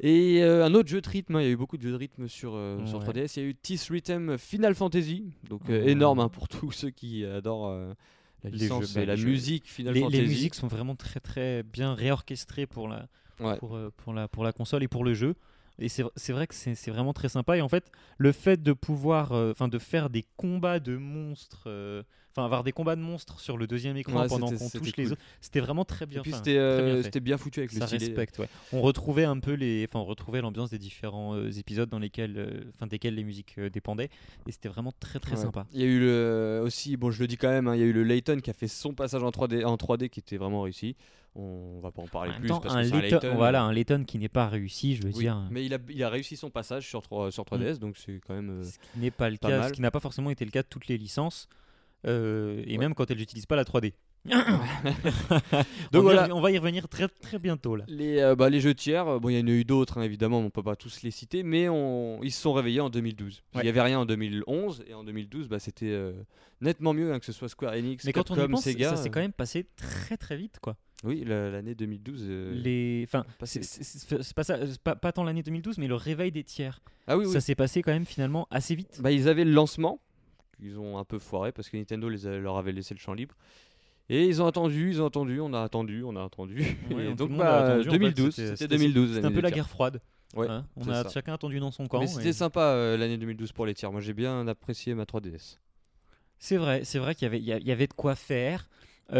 B: Et euh, un autre jeu de rythme, hein, il y a eu beaucoup de jeux de rythme sur, euh, sur
A: Ouais.
B: 3DS. Il y a eu Tis Rhythm Final Fantasy, donc euh,
A: Ouais.
B: énorme hein, pour tous ceux qui adorent euh, la
A: Les
B: licence
A: jeux, bah,
B: et la
A: les jeux.
B: musique Final
A: Les, les
B: Fantasy.
A: musiques sont vraiment très très bien réorchestrées pour la,
B: Ouais.
A: pour, euh, pour, la, pour la console et pour le jeu. Et c'est c'est vrai que c'est c'est vraiment très sympa. Et en fait, le fait de pouvoir, euh, enfin, de faire des combats de monstres, euh, enfin, avoir des combats de monstres sur le deuxième écran
B: Ouais,
A: pendant
B: c'était-
A: qu'on
B: c'était
A: touche
B: cool.
A: les autres, c'était vraiment très
B: Et
A: bien
B: puis
A: fait. hein.
B: c'était
A: très bien
B: euh,
A: fait.
B: c'était bien foutu avec
A: Ça
B: le stylet.
A: respecte, ouais. On retrouvait un peu les, enfin, on retrouvait l'ambiance des différents euh, épisodes dans lesquels, euh, enfin, desquels les musiques euh, dépendaient. Et c'était vraiment très très
B: Ouais.
A: sympa.
B: Il y a eu le, euh, aussi, bon je le dis quand même, hein, il y a eu le Layton qui a fait son passage en 3D, en 3D qui était vraiment réussi. On va pas en
A: En
B: parler
A: même
B: plus
A: temps,
B: parce
A: un
B: que c'est un
A: Layton,
B: Layton. euh,
A: voilà, un Layton qui n'est pas réussi, je veux
B: Oui,
A: dire. Mm.
B: Mais il a, il a réussi son passage sur, 3, sur 3DS, donc c'est quand même. euh,
A: ce qui n'est pas le
B: pas
A: cas,
B: mal.
A: ce qui n'a pas forcément été le cas de toutes les licences, euh, et
B: Ouais.
A: même quand elles n'utilisent pas la 3D.
B: Donc
A: on, y
B: voilà.
A: rev- on va y revenir très très bientôt là.
B: Les, euh, bah, les jeux tiers, euh, bon, il y en a eu d'autres hein, évidemment, on peut pas tous les citer, mais on, ils se sont réveillés en 2012. Il
A: Ouais.
B: n'y avait rien en 2011 et en 2012, bah, c'était euh, nettement mieux hein, que ce soit Square Enix,
A: Mais quand on
B: Capcom,
A: y pense,
B: Sega.
A: ça s'est
B: euh,
A: quand même passé très très vite quoi.
B: Oui, la- l'année 2012. euh,
A: Les, enfin,
B: passé
A: c'est
B: vite.
A: c'est- c'est- c'est pas ça, c'est pas, pas tant l'année 2012, mais le réveil des tiers.
B: Ah oui, oui.
A: Ça s'est passé quand même finalement assez vite.
B: Bah, ils avaient le lancement, ils ont un peu foiré parce que Nintendo les a- leur avait laissé le champ libre. Et ils ont attendu, ils ont attendu, on a attendu, on a attendu.
A: Ouais,
B: et
A: tout
B: donc
A: le monde a
B: bah,
A: attendu, en fait,
B: 2012,
A: c'était-
B: c'était
A: c'était-
B: 2012.
A: C'est un
B: l'année
A: peu
B: des
A: la
B: tiers.
A: guerre froide.
B: Ouais,
A: hein. On
B: c'est
A: a
B: ça.
A: chacun attendu dans son camp.
B: Mais
A: et-
B: c'était sympa euh, l'année 2012 pour les tiers. Moi j'ai bien apprécié ma 3DS.
A: C'est vrai, c'est vrai qu'il y avait, il y a- il y avait de quoi faire.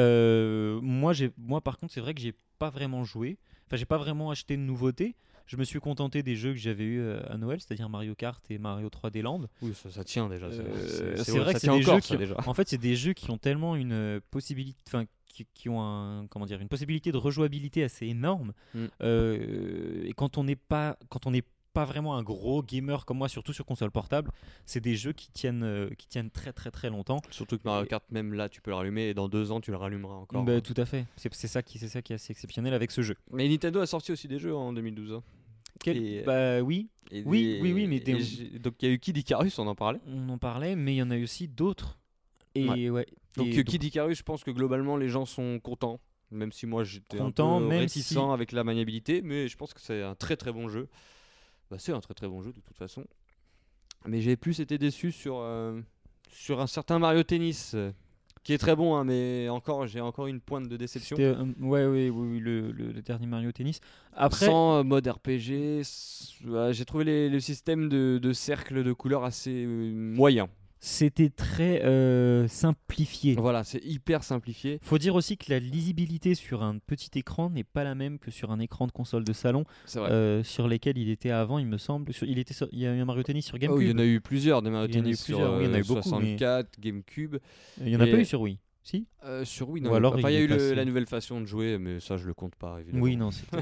A: Euh, moi, j'ai, moi, par contre, c'est vrai que j'ai pas vraiment joué. Enfin, j'ai pas vraiment acheté de nouveautés. Je me suis contenté des jeux que j'avais eu euh, à Noël, c'est-à-dire Mario Kart et Mario 3D Land.
B: Oui, ça, ça tient déjà. ça-
A: Euh,
B: c'est-
A: c'est
B: ouais,
A: vrai
B: ça
A: que c'est
B: tient
A: des
B: encore,
A: jeux
B: ça,
A: qui-
B: déjà.
A: En fait, c'est des jeux qui ont tellement une euh, possibilité, enfin, qui, qui ont un, comment dire, une possibilité de rejouabilité assez énorme.
B: Mm.
A: Euh, et quand on n'est pas, quand on n'est pas vraiment un gros gamer comme moi, surtout sur console portable, c'est des jeux qui tiennent, euh, qui tiennent très très très longtemps.
B: Surtout que Mario Kart, même là, tu peux le rallumer et dans deux ans, tu le rallumeras encore.
A: Bah, tout à fait. C'est c'est ça qui, c'est ça qui est assez exceptionnel avec ce jeu.
B: Mais Nintendo a sorti aussi des jeux en 2012. hein.
A: Quel-
B: Et- euh,
A: Bah oui,
B: Et
A: Oui, oui, oui, mais
B: et
A: des-
B: j'ai- donc il y a eu Kid Icarus, on en parlait.
A: on en parlait, mais il y en a eu aussi d'autres. Et ouais.
B: Donc
A: et
B: euh, Kid Icarus, je pense que globalement, les gens sont contents. Même si moi j'étais un peu
A: Contents, même
B: réticent
A: si-
B: avec la maniabilité, mais je pense que c'est un très très bon jeu. Bah, c'est un très très bon jeu de toute façon. Mais j'ai plus été déçu sur, euh, sur un certain Mario Tennis, euh, qui est très bon, hein, mais encore j'ai encore une pointe de déception.
A: c'était, euh, ouais, ouais, ouais, ouais, le, le- le dernier Mario Tennis. Après,
B: Sans euh, mode RPG, s- ouais, j'ai trouvé les- le système de, de cercle de couleurs assez euh, moyen.
A: c'était très euh, simplifié.
B: Voilà, c'est hyper simplifié.
A: Faut dire aussi que la lisibilité sur un petit écran n'est pas la même que sur un écran de console de salon
B: C'est vrai.
A: euh, sur lesquels il était avant, il me semble. Sur- il, était sur- il y a eu un Mario Tennis sur
B: Oh, il y
A: GameCube.
B: en a eu plusieurs des Mario
A: Il y en a eu
B: Tennis sur
A: plusieurs, oui, il y en a
B: euh,
A: eu beaucoup, mais-
B: 64, GameCube.
A: il y en a
B: Et-
A: pas eu sur Wii. Si
B: Euh, sur Wii,
A: Ou
B: non.
A: alors
B: Enfin,
A: il
B: il y a
A: est
B: eu le-
A: passé.
B: la nouvelle façon de jouer, mais ça, je le compte pas, évidemment.
A: Oui, non, c'était.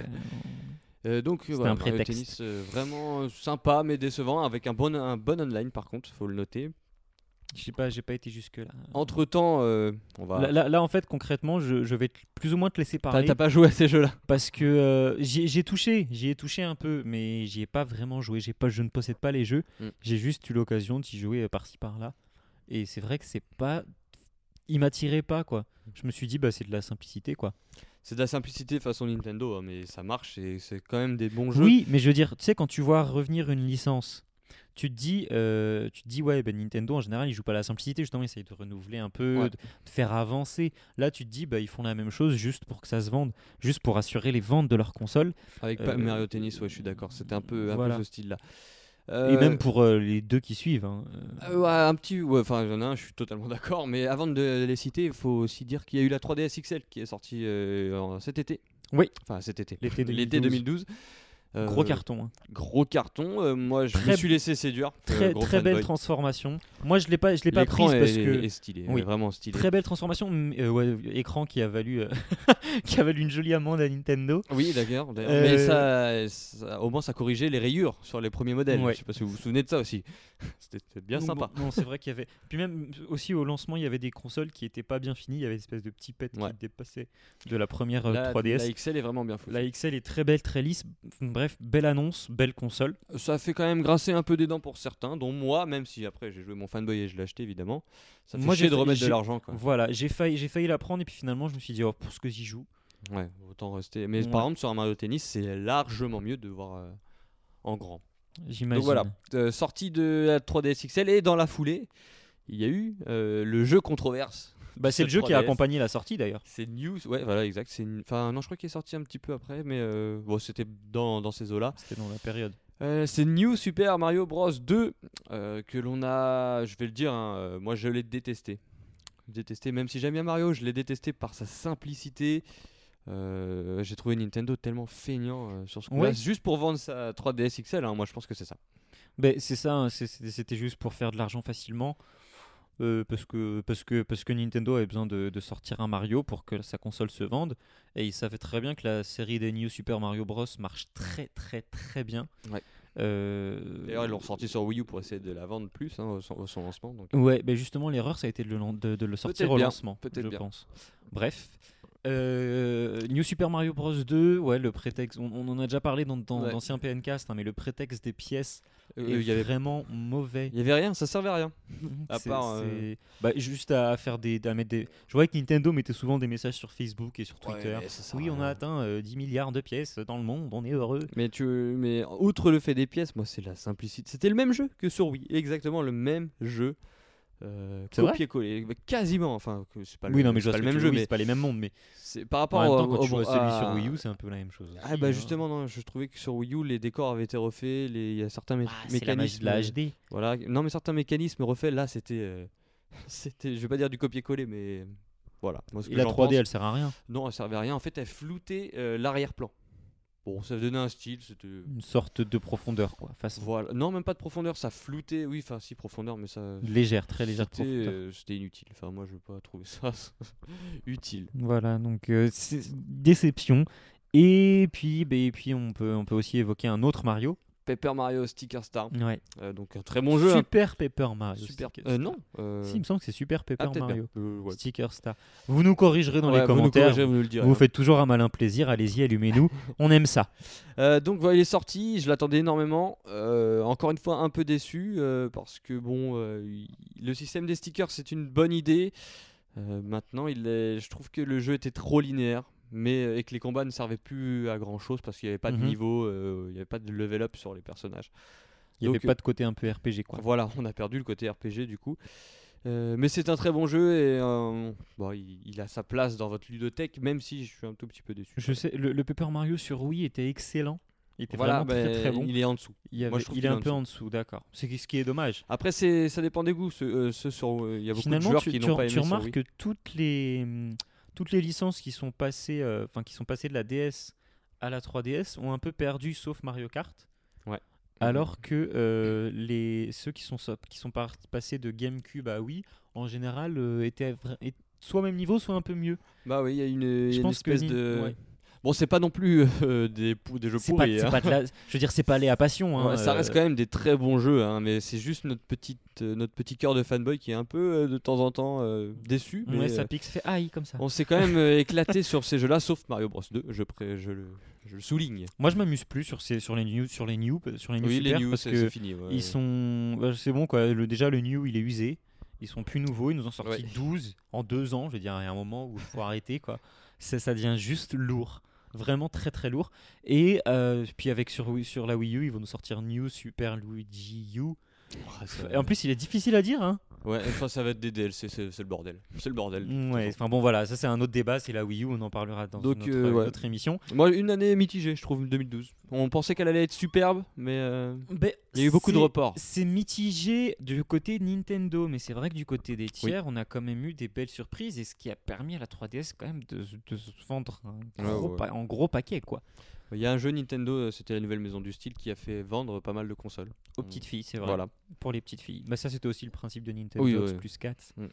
B: Euh, donc,
A: C'était
B: voilà,
A: un
B: Mario
A: prétexte.
B: Tennis, euh, vraiment euh, sympa, mais décevant, avec un bon, un bon online, par contre, faut le noter.
A: Je sais pas, j'ai pas été jusque-là.
B: Entre temps, euh, on va.
A: Là, là- là, en fait, concrètement, je, je vais te- plus ou moins te laisser
B: T'as
A: parler
B: t'as pas joué à ces jeux-là
A: parce que euh, j'y ai- j'ai touché, j'y ai touché un peu, mais j'y ai pas vraiment joué. J'ai pas, je ne possède pas les jeux.
B: Mm.
A: J'ai juste eu l'occasion d'y jouer euh, par-ci par-là, et c'est vrai que c'est pas, il m'attirait pas quoi.
B: Mm.
A: Je me suis dit bah c'est de la simplicité quoi.
B: C'est de la simplicité façon Nintendo, hein, mais ça marche et c'est quand même des bons jeux.
A: Oui, mais je veux dire, tu sais quand tu vois revenir une licence. Tu te dis, euh, tu te dis ouais, ben Nintendo en général, ils jouent pas à la simplicité, justement, ils essayent de renouveler un peu,
B: Ouais.
A: de de faire avancer. Là, tu te dis, bah, ils font la même chose juste pour que ça se vende, juste pour assurer les ventes de leur console.
B: Avec pas-
A: Euh,
B: Mario Tennis, ouais, je suis d'accord. C'était un peu, un peu
A: voilà.
B: ce style-là.
A: Et même pour euh, les deux qui suivent. hein, euh,
B: Euh, ouais, un petit, ouais, enfin, il y en a un, je suis totalement d'accord, mais avant de les citer, il faut aussi dire qu'il y a eu la 3DS XL qui est sortie euh, en- cet été.
A: Oui.
B: Enfin, cet été.
A: L'été
B: 2012. Euh,
A: Gros carton. hein.
B: Gros carton. euh, moi, je me
A: Très-
B: suis laissé séduire.
A: Très,
B: euh, gros
A: très belle
B: fanboy.
A: transformation. Moi, je l'ai pas, je l'ai pas
B: L'écran
A: prise
B: est,
A: parce que
B: est stylé.
A: Oui.
B: est Vraiment stylé.
A: très belle transformation. mais, euh, ouais, écran qui a valu, euh, qui a valu une jolie amende à Nintendo.
B: Oui, d'ailleurs. d'ailleurs.
A: Euh,
B: Mais ça, ça- au moins, ça corrigeait les rayures sur les premiers modèles.
A: Ouais.
B: Je sais pas si vous vous souvenez de ça aussi. C'était c'était bien
A: Donc,
B: sympa.
A: bon, non, c'est vrai qu'il y avait. Puis même euh, aussi au lancement, il y avait des consoles qui étaient pas bien finies. Il y avait une espèce de petit pet
B: Ouais.
A: qui dépassait de la première euh,
B: La-
A: 3DS.
B: La XL est vraiment bien foutue.
A: La XL est très belle, très lisse. Bref, belle annonce, belle console.
B: Ça fait quand même grincer un peu des dents pour certains, dont moi, même si après j'ai joué mon fanboy et je l'ai acheté évidemment. Ça fait
A: Moi,
B: chier
A: j'ai
B: de
A: fait-
B: remettre de
A: j'ai-
B: l'argent quoi.
A: Voilà, j'ai failli, j'ai failli la prendre et puis finalement, je me suis dit, oh, pour ce que j'y joue.
B: Ouais, autant rester. Mais
A: Ouais.
B: par exemple, sur un Mario Tennis, c'est largement mieux de voir euh, en grand.
A: J'imagine.
B: Donc voilà, euh, sortie de la 3DS XL et dans la foulée, il y a eu euh, le jeu controverse.
A: Bah, c'est
B: Cette
A: le jeu qui a
B: 3DS.
A: accompagné la sortie d'ailleurs.
B: C'est News, ouais, voilà, exact. C'est une- Enfin, non, je crois qu'il est sorti un petit peu après, mais euh, bon, c'était dans, dans ces eaux-là.
A: C'était dans la période.
B: Euh, c'est New Super Mario Bros 2 euh, que l'on a, je vais le dire, hein, euh, moi je l'ai détesté. Détesté, même si j'aime bien Mario, je l'ai détesté par sa simplicité. Euh, J'ai trouvé Nintendo tellement feignant euh, sur ce coup-là,
A: Ouais.
B: juste pour vendre sa 3DS XL. hein, moi je pense que c'est ça.
A: Ben, c'est ça, hein, c'est- c'est- c'était juste pour faire de l'argent facilement. euh, parce, que, parce, que, parce que Nintendo avait besoin de, de sortir un Mario pour que sa console se vende. Et ils savaient très bien que la série des New Super Mario Bros. marche très très très bien.
B: Ouais.
A: Euh,
B: D'ailleurs, ils l'ont ressorti sur Wii U pour essayer de la vendre plus hein, au, son, au son lancement. Donc.
A: Ouais, ben justement, l'erreur, ça a été de le, lan- de, de le sortir
B: Peut-être
A: au
B: bien,
A: lancement,
B: peut-être
A: je
B: bien.
A: pense. Bref. Euh, New Super Mario Bros 2, ouais, le prétexte, on, on en a déjà parlé dans, dans
B: Ouais.
A: d'anciens PNcast, hein, mais le prétexte des pièces
B: Euh,
A: est
B: Il y, avait,
A: vraiment mauvais.
B: il y avait rien, ça servait à rien. À
A: C'est-
B: part, euh,
A: c'est- bah, juste à faire des, à mettre des. Je voyais que Nintendo mettait souvent des messages sur Facebook et sur Twitter. oui, on a atteint euh, 10 milliards de pièces dans le monde, on est heureux.
B: Mais tu mais outre le fait des pièces, moi c'est la simplicité. C'était le même jeu que sur Wii, exactement le même jeu. Euh,
A: C'est vrai
B: copier-coller, bah, quasiment. Enfin, que c'est pas le,
A: oui, non, mais
B: c'est
A: je vois
B: pas
A: ce
B: le
A: que
B: même
A: tu
B: jeu,
A: veux, oui,
B: mais
A: c'est pas les mêmes mondes, mais
B: c'est par rapport
A: en même
B: au-
A: temps, quand
B: au-
A: tu vois celui
B: à-
A: sur Wii U, c'est un peu la même chose.
B: Ah
A: aussi,
B: bah
A: hein.
B: justement, non, je trouvais que sur Wii U, les décors avaient été refaits, les- il y a certains mé-
A: Ah, c'est la magie
B: mécanismes.
A: de la HD.
B: Voilà, non mais certains mécanismes refaits. Là, c'était, euh, c'était, je vais pas dire du copier-coller, mais voilà. Moi, ce
A: Et
B: que
A: la
B: j'en
A: 3D,
B: pense-
A: elle sert à rien.
B: non, elle servait à rien. En fait, elle floutait euh, l'arrière-plan. Bon, ça donnait un style, c'était.
A: Une sorte de profondeur, quoi. Face
B: Voilà. Non, même pas de profondeur, ça floutait. Oui, enfin, si, profondeur, mais ça.
A: légère, très légère de
B: C'était
A: profondeur.
B: euh, c'était inutile. Enfin, moi, je n'ai pas trouvé ça utile.
A: Voilà, donc euh, c'est- déception. Et puis, ben, et puis on, peut, on peut aussi évoquer un autre Mario.
B: Paper Mario Sticker Star.
A: Ouais.
B: Euh, donc, un très bon jeu. hein.
A: Super Paper Mario.
B: Super.
A: Sticker
B: Euh,
A: Star.
B: non. euh,
A: Si, il me semble que c'est Super
B: ah,
A: Paper
B: peut-être bien.
A: Mario.
B: Euh, ouais.
A: Sticker Star. Vous nous corrigerez dans
B: Ouais,
A: les
B: vous nous
A: commentaires.
B: corrigerez, vous nous le direz,
A: Vous
B: hein.
A: faites toujours un malin plaisir, allez-y, allumez-nous. on aime ça.
B: Euh, donc voilà, il est sorti, je l'attendais énormément. Euh, encore une fois, un peu déçu euh, parce que bon, euh, il- le système des stickers c'est une bonne idée. Euh, maintenant, il est- je trouve que le jeu était trop linéaire, mais euh, et que les combats ne servaient plus à grand chose parce qu'il n'y avait pas de
A: Mhm.
B: niveau, euh, il n'y avait pas de level up sur les personnages.
A: Il n'y avait
B: Donc, euh,
A: pas de côté un peu RPG, quoi.
B: Voilà, on a perdu le côté RPG du coup. Euh, mais c'est un très bon jeu et euh, bon, il, il a sa place dans votre ludothèque, même si je suis un tout petit peu déçu.
A: Je sais, le, le Paper Mario sur Wii était excellent. Il était
B: Voilà,
A: vraiment très
B: bah,
A: très bon.
B: il est en dessous.
A: Il, y avait-
B: moi, je trouve
A: il est
B: qu'il est
A: un
B: en
A: peu en dessous, d'accord. C'est ce qui est dommage.
B: Après, c'est ça dépend des goûts. Ceux, euh, ceux sur, euh, il y a beaucoup
A: Finalement,
B: de joueurs
A: tu,
B: qui
A: tu-
B: n'ont pas aimé.
A: tu
B: sur
A: remarques
B: Wii.
A: que toutes les hum, toutes les licences qui sont passées, euh, enfin qui sont passées de la DS à la 3DS ont un peu perdu, sauf Mario Kart.
B: Ouais.
A: Alors que euh, les ceux qui sont so- qui sont par- passés de GameCube à Wii, en général, euh, étaient vra- et- soit au même niveau, soit un peu mieux.
B: Bah oui, il y a une, il y a
A: Je
B: une
A: pense que
B: espèce
A: Ni-
B: de.
A: ouais.
B: Bon, c'est pas non plus euh, des, pou- des jeux
A: C'est pas,
B: pourris.
A: c'est
B: hein.
A: pas de la- je veux dire, c'est pas allé à passion. hein,
B: Ouais, ça reste
A: euh,
B: quand même des très bons jeux, hein, mais c'est juste notre petite, euh, notre petit cœur de fanboy qui est un peu euh, de temps en temps euh, déçu. Mais,
A: ouais,
B: euh,
A: ça pique, ça fait aïe comme ça.
B: on s'est quand même euh, éclaté sur ces jeux-là, sauf Mario Bros 2. Je, pré- je, le, je le souligne.
A: Moi, je m'amuse plus sur ces sur les news, sur les news, euh, sur les news
B: oui,
A: super
B: les news,
A: parce
B: c'est
A: que
B: c'est fini. ouais.
A: Ils sont. bah, c'est bon, quoi. Le, déjà, le new, il est usé. Ils sont plus nouveaux. Ils nous ont sorti
B: Ouais.
A: 12 en deux ans. Je veux dire, il y a un moment où il faut arrêter, quoi. Ça, ça devient juste lourd. Vraiment très, très lourd. Et euh, puis, avec sur, Wii- sur la Wii U, ils vont nous sortir New Super Luigi U.
B: Ah, ça-
A: Et en plus, il est difficile à dire, hein.
B: Ouais, enfin, ça va être des DLC, c'est c'est le bordel. C'est le bordel. de toute
A: Ouais, enfin bon voilà, ça c'est un autre débat, c'est la Wii U, on en parlera dans
B: Donc,
A: une, autre,
B: euh, ouais.
A: une autre émission.
B: façon. Moi, une année mitigée, je trouve, 2012. On pensait qu'elle allait être superbe, mais euh,
A: Ben,
B: il y a eu beaucoup de
A: c'est-
B: reports.
A: C'est mitigé du côté Nintendo, mais c'est vrai que du côté des tiers, on a quand même eu des belles surprises et ce qui a permis à la 3DS quand même de, se- de se vendre un
B: Ouais,
A: gros,
B: ouais.
A: pa- en gros paquet quoi.
B: Il y a un jeu Nintendo, euh, c'était la nouvelle maison du style, qui a fait vendre pas mal de consoles.
A: Aux
B: Mm.
A: petites filles, c'est vrai.
B: Voilà.
A: Pour les petites filles. Bah ça c'était aussi le principe de Nintendo
B: Oui,
A: X
B: ouais.
A: plus 4.
B: Mm.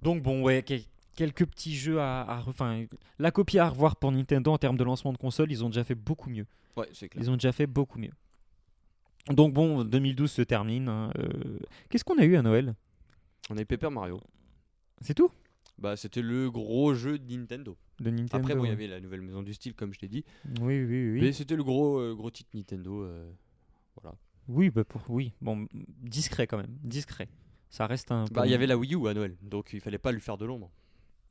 A: Donc bon ouais, quel- quelques petits jeux à, à re- enfin la copie à revoir pour Nintendo en termes de lancement de console, ils ont déjà fait beaucoup mieux.
B: Ouais, c'est clair.
A: Ils ont déjà fait beaucoup mieux. Donc bon, 2012 se termine. hein, euh, Qu'est-ce qu'on a eu à Noël
B: On a eu Paper Mario.
A: C'est tout
B: Bah, c'était le gros jeu de Nintendo.
A: de Nintendo.
B: Après, bon, il y avait la nouvelle maison du style, comme je l'ai dit.
A: Oui, oui, oui.
B: Mais c'était le gros, euh, gros titre Nintendo. euh,
A: Oui, bah pour... oui. Bon, discret quand même, discret. Ça reste un.
B: Bah, il y avait la Wii U à Noël, donc il fallait pas lui faire de l'ombre.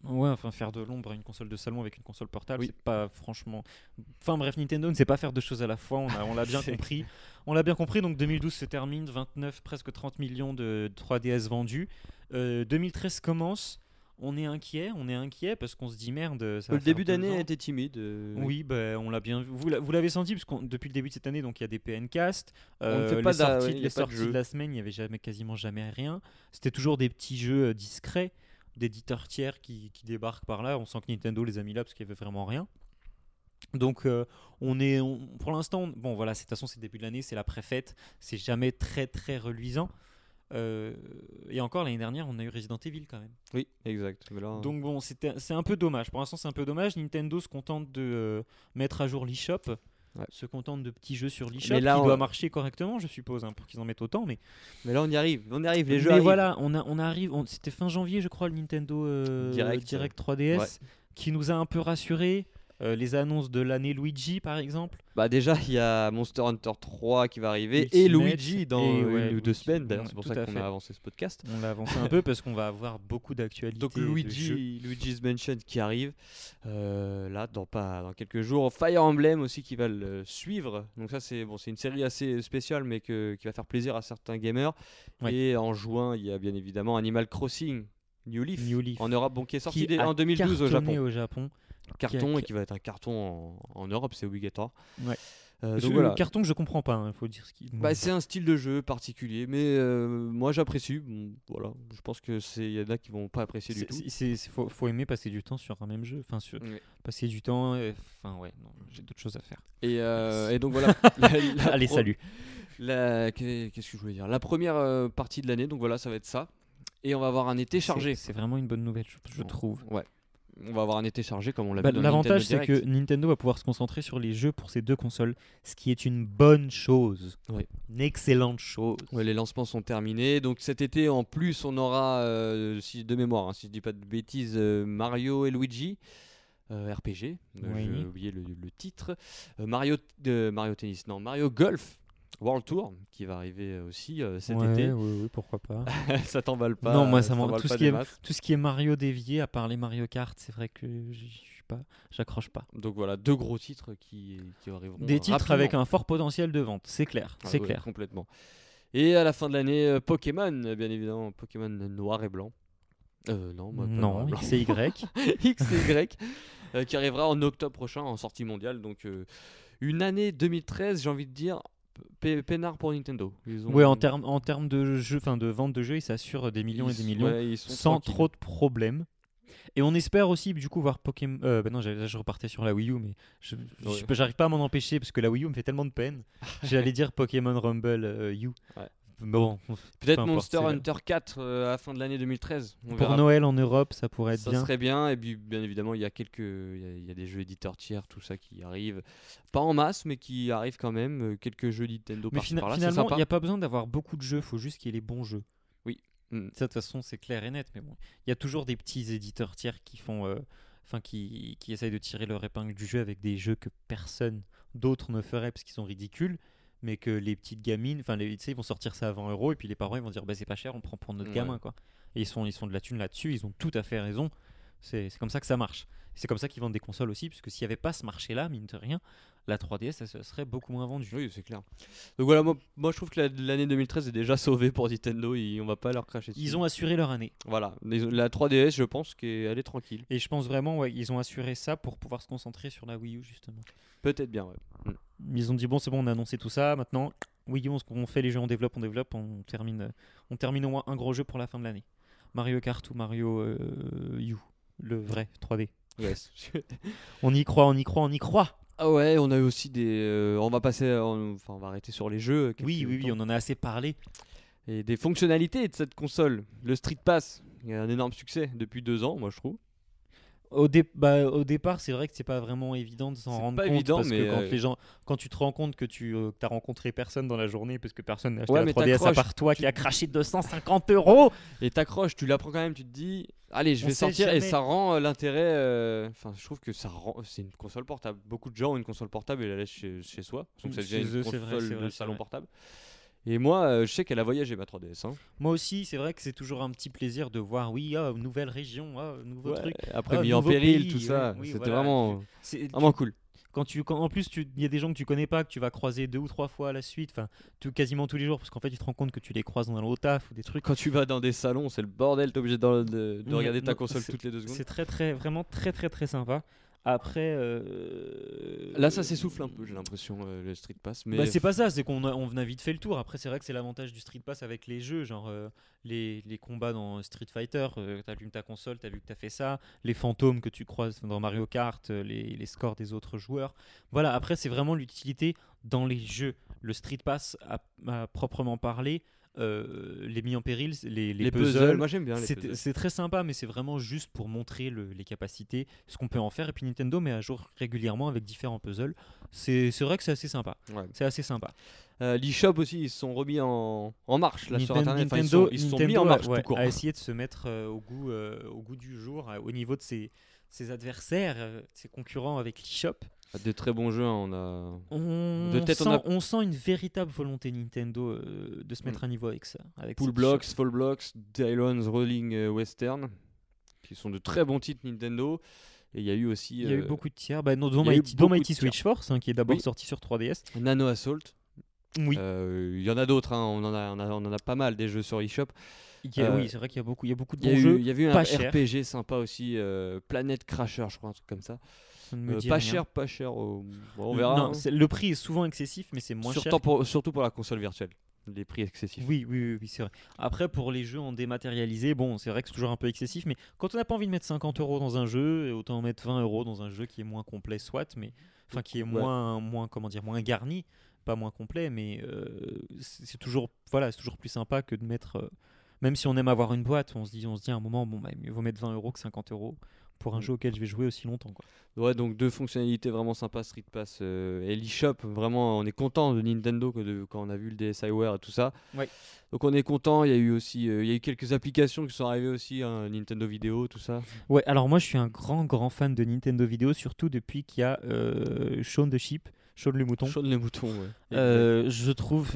A: Ouais, enfin faire de l'ombre à une console de salon avec une console portable,
B: Oui.
A: c'est pas franchement. Enfin bref, Nintendo ne sait pas faire deux choses à la fois. On a- on l'a bien
B: C'est
A: compris. On l'a bien compris. Donc 2012 se termine, 29 presque 30 millions de 3DS vendus. Euh, 2013 commence. On est inquiet, on est inquiet parce qu'on se dit merde. Ça va
B: le début
A: faire deux
B: d'année
A: ans.
B: était timide. euh,
A: Oui, ben, on l'a bien vu. Vous l'a- vous l'avez senti, parce qu'on- depuis le début de cette année, donc il y a des PNcast.
B: ne fait
A: euh,
B: pas
A: les
B: d'a-
A: sorties,
B: ouais, il y a
A: les
B: pas de
A: sorties
B: jeu.
A: de la semaine, il n'y avait jamais, quasiment jamais rien. C'était toujours des petits jeux euh, discrets, d'éditeurs tiers qui, qui débarquent par là. On sent que Nintendo les a mis là parce qu'il n'y avait vraiment rien. Donc, euh, on est, on- pour l'instant, on- bon voilà, c'est- de toute façon, c'est le début de l'année, c'est la préfète, c'est jamais très très reluisant. Euh, et encore l'année dernière, on a eu Resident Evil quand même.
B: Oui, exact. Mais là,
A: Donc bon, c'était- c'est un peu dommage. Pour l'instant, c'est un peu dommage. Nintendo se contente de euh, mettre à jour l'eShop,
B: Ouais.
A: se contente de petits jeux sur l'eShop
B: Mais
A: qui
B: là, on-
A: doit marcher correctement, je suppose, hein, pour qu'ils en mettent autant. Mais,
B: mais là, on y arrive. On y arrive. Les jeux
A: mais
B: arrivent.
A: voilà, on, a- on arrive. on- C'était fin janvier, je crois, le Nintendo euh,
B: Direct.
A: Direct, 3DS
B: Ouais.
A: qui nous a un peu rassurés. Euh, les annonces de l'année Luigi, par exemple.
B: Bah déjà, il y a Monster Hunter 3 qui va arriver et
A: Ultimate,
B: Luigi dans
A: et
B: une
A: ouais,
B: ou deux
A: Luigi,
B: semaines. D'ailleurs,
A: ouais,
B: c'est pour
A: tout
B: ça
A: à
B: qu'on
A: fait.
B: a avancé ce podcast.
A: On l'a avancé un peu parce qu'on va avoir beaucoup d'actualités.
B: Donc
A: de
B: Luigi,
A: jeux.
B: Luigi's Mansion qui arrive euh, là dans pas dans quelques jours. Fire Emblem aussi qui va le suivre. Donc ça c'est bon, c'est une série assez spéciale mais que, qui va faire plaisir à certains gamers.
A: Ouais.
B: Et en juin, il y a bien évidemment Animal Crossing New Leaf.
A: New Leaf,
B: En Europe, bon, qui est sorti
A: qui
B: dès-
A: a
B: en 2012 au
A: cartonné
B: Japon.
A: au Japon.
B: Carton
A: qui-
B: et qui va être un carton en, en Europe, c'est obligatoire.
A: Ouais.
B: Euh,
A: Ce-
B: donc voilà.
A: Le carton que je comprends pas, il faut dire ce qu'il.
B: Bah, c'est un style de jeu particulier, mais euh, moi j'apprécie. Bon, voilà, je pense que c'est y en a qui vont pas apprécier du
A: C'est-
B: tout.
A: c'est- c'est- c'est- faut, faut aimer passer du temps sur un même jeu. Enfin, sur,
B: Ouais.
A: passer du temps. euh, Enfin, ouais, non, j'ai d'autres choses à faire.
B: Et, euh, et donc voilà. La- la
A: Allez,
B: pro-
A: salut.
B: la- qu'est- Qu'est-ce que je voulais dire La première euh, partie de l'année, donc voilà, ça va être ça. Et on va avoir un été chargé.
A: C'est c'est vraiment une bonne nouvelle, je, je
B: Bon,
A: trouve.
B: Ouais. On va avoir un été chargé comme on l'a
A: Bah,
B: vu dans le
A: L'avantage, c'est
B: Nintendo
A: que
B: Direct.
A: Nintendo va pouvoir se concentrer sur les jeux pour ces deux consoles, ce qui est une bonne chose.
B: Ouais.
A: Une excellente chose.
B: Ouais, les lancements sont terminés. Donc cet été, en plus, on aura, euh, si de mémoire, hein, si je dis pas de bêtises, euh, Mario et Luigi. euh, RPG, euh,
A: Oui.
B: j'ai oublié le, le titre. Euh, Mario, euh, Mario Tennis, non, Mario Golf World Tour, qui va arriver euh, aussi euh, cet
A: Ouais,
B: été.
A: ouais, ouais, pourquoi pas.
B: ça t'emballe pas.
A: Non, moi,
B: euh,
A: ça m'en-
B: t'emballe
A: tout ce
B: pas
A: qui
B: des
A: est-
B: masses.
A: Tout ce qui est Mario dévié, à part les Mario Kart, c'est vrai que je suis pas, j'accroche pas.
B: Donc voilà, deux gros titres qui, qui arriveront.
A: Des titres avec un fort potentiel de vente, c'est clair,
B: Ah,
A: c'est
B: ouais,
A: clair.
B: Complètement. Et à la fin de l'année, euh, Pokémon, euh, bien évidemment, Pokémon noir et blanc. Euh, non, moi, pas noir et
A: Non,
B: blanc.
A: XY.
B: X et Y, euh, qui arrivera en octobre prochain en sortie mondiale. Donc euh, une année 2013, j'ai envie de dire, pe- peinard pour Nintendo. Ils ont-
A: Ouais, en termes en termes de jeux, enfin de vente de jeux, ils s'assurent des millions
B: ils
A: et des
B: sont-
A: millions
B: ouais, ils sont
A: sans
B: tranquilles.
A: trop de problèmes. Et on espère aussi du coup voir Pokémon. Euh, bah non, j'allais- là, je repartais sur la Wii U, mais je je-
B: Ouais.
A: je- j'arrive pas à m'en empêcher parce que la Wii U me fait tellement de peine. J'allais dire Pokémon Rumble euh, U.
B: Ouais.
A: Mais bon,
B: Peut-être
A: importe,
B: Monster
A: c'est-
B: Hunter 4 euh, à la fin de l'année 2013. On
A: pour
B: verra.
A: Noël en Europe, ça pourrait être
B: ça
A: bien.
B: serait bien. Et puis bien évidemment, il y a quelques, il y a- il y, a des jeux éditeurs tiers, tout ça qui arrivent, pas en masse, mais qui arrivent quand même. euh, Quelques jeux Nintendo
A: Mais
B: par-ci,
A: fina-
B: par-là, c'est
A: finalement, il
B: sympa.
A: n'y a pas besoin d'avoir beaucoup de jeux, faut juste qu'il y ait les bons jeux.
B: Oui. Mm.
A: Ça, de toute façon, c'est clair et net. Mais bon, il y a toujours des petits éditeurs tiers qui font. euh, Enfin, qui, qui essayent de tirer leur épingle du jeu avec des jeux que personne d'autre ne ferait parce qu'ils sont ridicules. Mais que les petites gamines, enfin, les- tu sais, ils vont sortir ça à 20 euros et puis les parents ils vont dire, bah c'est pas cher, on prend pour notre
B: Ouais.
A: gamin quoi. Et ils sont, ils sont de la thune là-dessus, ils ont tout à fait raison. C'est c'est comme ça que ça marche. C'est comme ça qu'ils vendent des consoles aussi, parce que s'il n'y avait pas ce marché-là, mine de rien, la 3DS, elle serait beaucoup moins vendue.
B: Oui, c'est clair. Donc voilà, moi, moi, je trouve que la- l'année 2013 est déjà sauvée pour Nintendo. Ils- on va pas leur cracher dessus.
A: Ils ont assuré leur année.
B: Voilà, Ils ont- la 3DS, je pense qu'elle est tranquille.
A: Et je pense vraiment, ouais, ils ont assuré ça pour pouvoir se concentrer sur la Wii U, justement.
B: Peut-être bien, ouais.
A: Ils ont dit, bon, c'est bon, on a annoncé tout ça, maintenant, Wii U, on, se- on fait les jeux, on développe, on développe, on termine, euh, on termine au moins un gros jeu pour la fin de l'année. Mario Kart ou Mario euh, U, le vrai 3D.
B: Yes.
A: On y croit, on y croit, on y croit.
B: ah ouais, on a eu aussi des. euh, on va passer. on- Enfin, on va arrêter sur les jeux. euh, quelques
A: Oui, oui, oui,
B: temps.
A: on en a assez parlé.
B: Et des fonctionnalités de cette console. Le Street Pass, il y a un énorme succès depuis deux ans, moi je trouve.
A: Au, dé- bah, au départ, c'est vrai que c'est pas vraiment évident de s'en
B: C'est
A: rendre
B: pas
A: compte
B: évident,
A: parce
B: mais,
A: que quand
B: euh,
A: les gens, quand tu te rends compte que tu as rencontré personne dans la journée parce que personne n'a acheté
B: Ouais,
A: la
B: mais
A: 3DS à
B: t'accroches,
A: part toi
B: tu-
A: qui a craché 250 euros.
B: Et t'accroches, tu l'apprends quand même, tu te dis, allez, je
A: On
B: vais
A: sait
B: sortir et
A: jamais.
B: ça rend euh, l'intérêt. euh, Enfin, je trouve que ça rend. C'est une console portable. Beaucoup de gens ont une console portable et la laissent chez, chez soi. Donc ça
A: Chez
B: devient une
A: eux, c'est
B: console
A: vrai, c'est vrai,
B: de
A: c'est
B: salon
A: vrai.
B: portable. Et moi, euh, je sais qu'elle a voyagé ma 3DS. hein.
A: Moi aussi, c'est vrai que c'est toujours un petit plaisir de voir, oui, ah, nouvelle région, ah, nouveau
B: Ouais,
A: truc.
B: Après,
A: Ah,
B: mis en
A: nouveau
B: péril,
A: pays,
B: tout
A: oui,
B: ça.
A: oui,
B: C'était
A: voilà,
B: vraiment,
A: C'est-
B: vraiment cool.
A: quand tu, quand- en plus, tu- il y a des gens que tu connais pas, que tu vas croiser deux ou trois fois à la suite, enfin, tout- quasiment tous les jours, parce qu'en fait, tu te rends compte que tu les croises dans au taf ou des trucs.
B: Quand tu vas dans des salons, c'est le bordel. T'es obligé de, de- de
A: Non,
B: regarder ta
A: non,
B: console
A: c'est-
B: toutes les deux secondes.
A: C'est très, très, vraiment très, très, très sympa. Après, euh,
B: Là, ça s'essouffle un peu, j'ai l'impression, euh, le Street Pass. Mais
A: Bah, c'est pas ça, c'est qu'on a- on venait vite fait le tour. Après, c'est vrai que c'est l'avantage du Street Pass avec les jeux, genre euh, les, les combats dans Street Fighter. euh, T'allumes ta console, t'as vu que t'as fait ça. Les fantômes que tu croises dans Mario Kart, euh, les, les scores des autres joueurs. Voilà, après, c'est vraiment l'utilité dans les jeux. Le Street Pass, à, à proprement parler, euh, les mis en péril, les, les
B: les, puzzles,
A: puzzles.
B: moi j'aime bien les
A: c'est-
B: puzzles.
A: c'est très sympa, mais c'est vraiment juste pour montrer le- les capacités, ce qu'on peut en faire. Et puis Nintendo met à jour régulièrement avec différents puzzles. C'est c'est vrai que c'est assez sympa.
B: Ouais.
A: C'est assez sympa.
B: Euh, L'eShop aussi, ils se sont remis en, en marche là sur
A: Ninten-
B: internet. Enfin, ils se
A: Nintendo-
B: sont- ils se sont,
A: Nintendo
B: mis en
A: a-
B: marche
A: ouais,
B: tout court.
A: a essayé de se mettre euh, au, goût, euh, au goût du jour, euh, au niveau de ses, ses adversaires, euh, de ses concurrents avec l'eShop.
B: Des très bons jeux, hein, on a.
A: On,
B: De tête,
A: sent,
B: on a-
A: on sent une véritable volonté Nintendo euh, de se mettre
B: Mm.
A: à niveau avec ça. Avec
B: Pool
A: cet
B: Blocks, Fall Blocks, Dylan's Rolling euh, Western, qui sont de très bons titres Nintendo. Et il y a eu aussi
A: eShop. Il y a eu
B: euh,
A: beaucoup de tiers, bah, non,
B: il
A: dont,
B: y a eu
A: Mighty, dont
B: beaucoup de
A: Mighty Switch Force, hein, qui est d'abord
B: Oui.
A: sorti sur 3DS.
B: Nano Assault.
A: Oui,
B: Euh, Il y en a d'autres, hein, on, en a, on, a- on en a pas mal des jeux sur eShop.
A: il y a-
B: euh,
A: oui c'est vrai qu'il y a beaucoup, il y a beaucoup de
B: Il y,
A: bons
B: a eu-
A: jeux.
B: il y avait eu un
A: pas cher.
B: RPG sympa aussi, euh, Planet Crasher, je crois, un truc comme ça.
A: Ça ne me
B: Euh,
A: dit
B: pas
A: rien.
B: cher, pas cher. oh, bon, on
A: Le-
B: verra.
A: non,
B: hein.
A: c'est- le prix est souvent excessif, mais c'est moins
B: surtout,
A: cher
B: pour, surtout pour la console virtuelle, les prix excessifs.
A: Oui, oui, oui, oui, c'est vrai. Après, pour les jeux en dématérialisé, bon, c'est vrai que c'est toujours un peu excessif, mais quand on n'a pas envie de mettre 50 euros dans un jeu, autant mettre 20 euros dans un jeu qui est moins complet, soit, mais enfin qui est
B: Ouais.
A: moins, moins, comment dire, moins garni, pas moins complet, mais euh, c'est c'est toujours, voilà, c'est toujours plus sympa que de mettre. euh, même si on aime avoir une boîte, on se dit, on se dit à un moment, bon, bah, mieux vaut mettre 20 euros que 50 euros pour un
B: Mm.
A: jeu auquel je vais jouer aussi longtemps, quoi.
B: Ouais, donc deux fonctionnalités vraiment sympas, Street Pass euh, et l'eShop. Vraiment, on est content de Nintendo que de- quand on a vu le DSiWare et tout ça.
A: Ouais.
B: Donc on est content. Il y a eu aussi, euh, il y a eu quelques applications qui sont arrivées aussi, hein, Nintendo Vidéo, tout ça.
A: Ouais, alors moi je suis un grand grand fan de Nintendo Vidéo, surtout depuis qu'il y a euh, Shaun the Sheep, Shaun le mouton.
B: Chaud de les moutons. ouais.
A: Euh, je trouve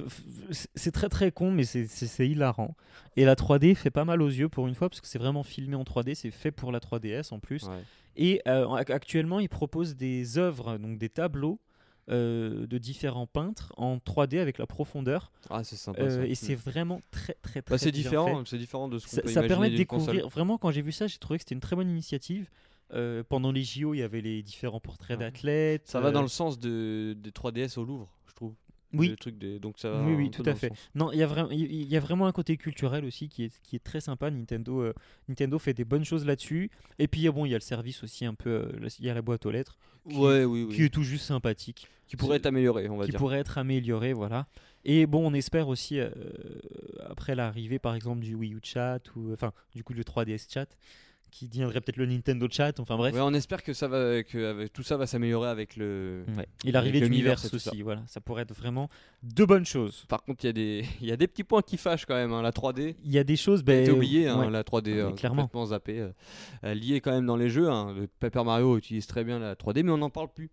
A: c'est- c'est très très con mais c'est- c'est c'est hilarant et la 3D fait pas mal aux yeux pour une fois parce que c'est vraiment filmé en 3D c'est fait pour la 3DS en plus
B: Ouais.
A: et euh, ac- actuellement ils proposent des œuvres donc des tableaux euh, de différents peintres en 3D avec la profondeur
B: Ah, c'est sympa. ça.
A: Euh, et
B: Mm.
A: c'est vraiment très très très
B: Bah, c'est
A: bien fait.
B: différent, c'est différent de ce qu'on
A: ça,
B: peut
A: ça permet
B: imaginer
A: de
B: d'une console.
A: découvrir vraiment quand j'ai vu ça j'ai trouvé que c'était une très bonne initiative Euh, pendant les JO il y avait les différents portraits
B: Ouais.
A: d'athlètes
B: Ah. Ça va dans
A: euh,
B: le sens de, des 3DS au Louvre, je trouve.
A: oui
B: Le truc des, donc ça va
A: Oui,
B: un
A: oui,
B: peu
A: tout
B: dans
A: à
B: le
A: fait.
B: sens.
A: Non, il y, a vraiment- il y- il y a vraiment un côté culturel aussi qui est, qui est très sympa. Nintendo, euh, Nintendo fait des bonnes choses là-dessus. Et puis, euh, bon, il y a le service aussi un peu. euh, le- Il y a la boîte aux lettres Qui-
B: Ouais, oui, oui.
A: qui est tout juste sympathique,
B: Qui pourrait être amélioré, on va
A: qui
B: dire.
A: pourrait être améliorée, voilà. Et bon, on espère aussi, euh, après l'arrivée par exemple du Wii U Chat, ou enfin, du coup, le 3DS Chat, qui deviendrait peut-être le Nintendo Chat, enfin bref.
B: Ouais, on espère que ça va, que avec- tout ça va s'améliorer avec le.
A: Ouais. Et l'arrivée
B: Avec
A: du
B: l'univers,
A: Miiverse
B: c'est tout ça.
A: aussi, voilà. Ça pourrait être vraiment deux bonnes choses.
B: Par contre, il y, a des- il y a des petits points qui fâchent quand même. hein, La 3D,
A: Il y a des choses.
B: elle
A: Ben,
B: était oubliée, hein,
A: ouais.
B: la 3D,
A: Ah, mais
B: hein,
A: clairement.
B: complètement zappée. euh, euh, liée quand même dans les jeux. hein. Le Paper Mario utilise très bien la 3D, mais on n'en parle plus.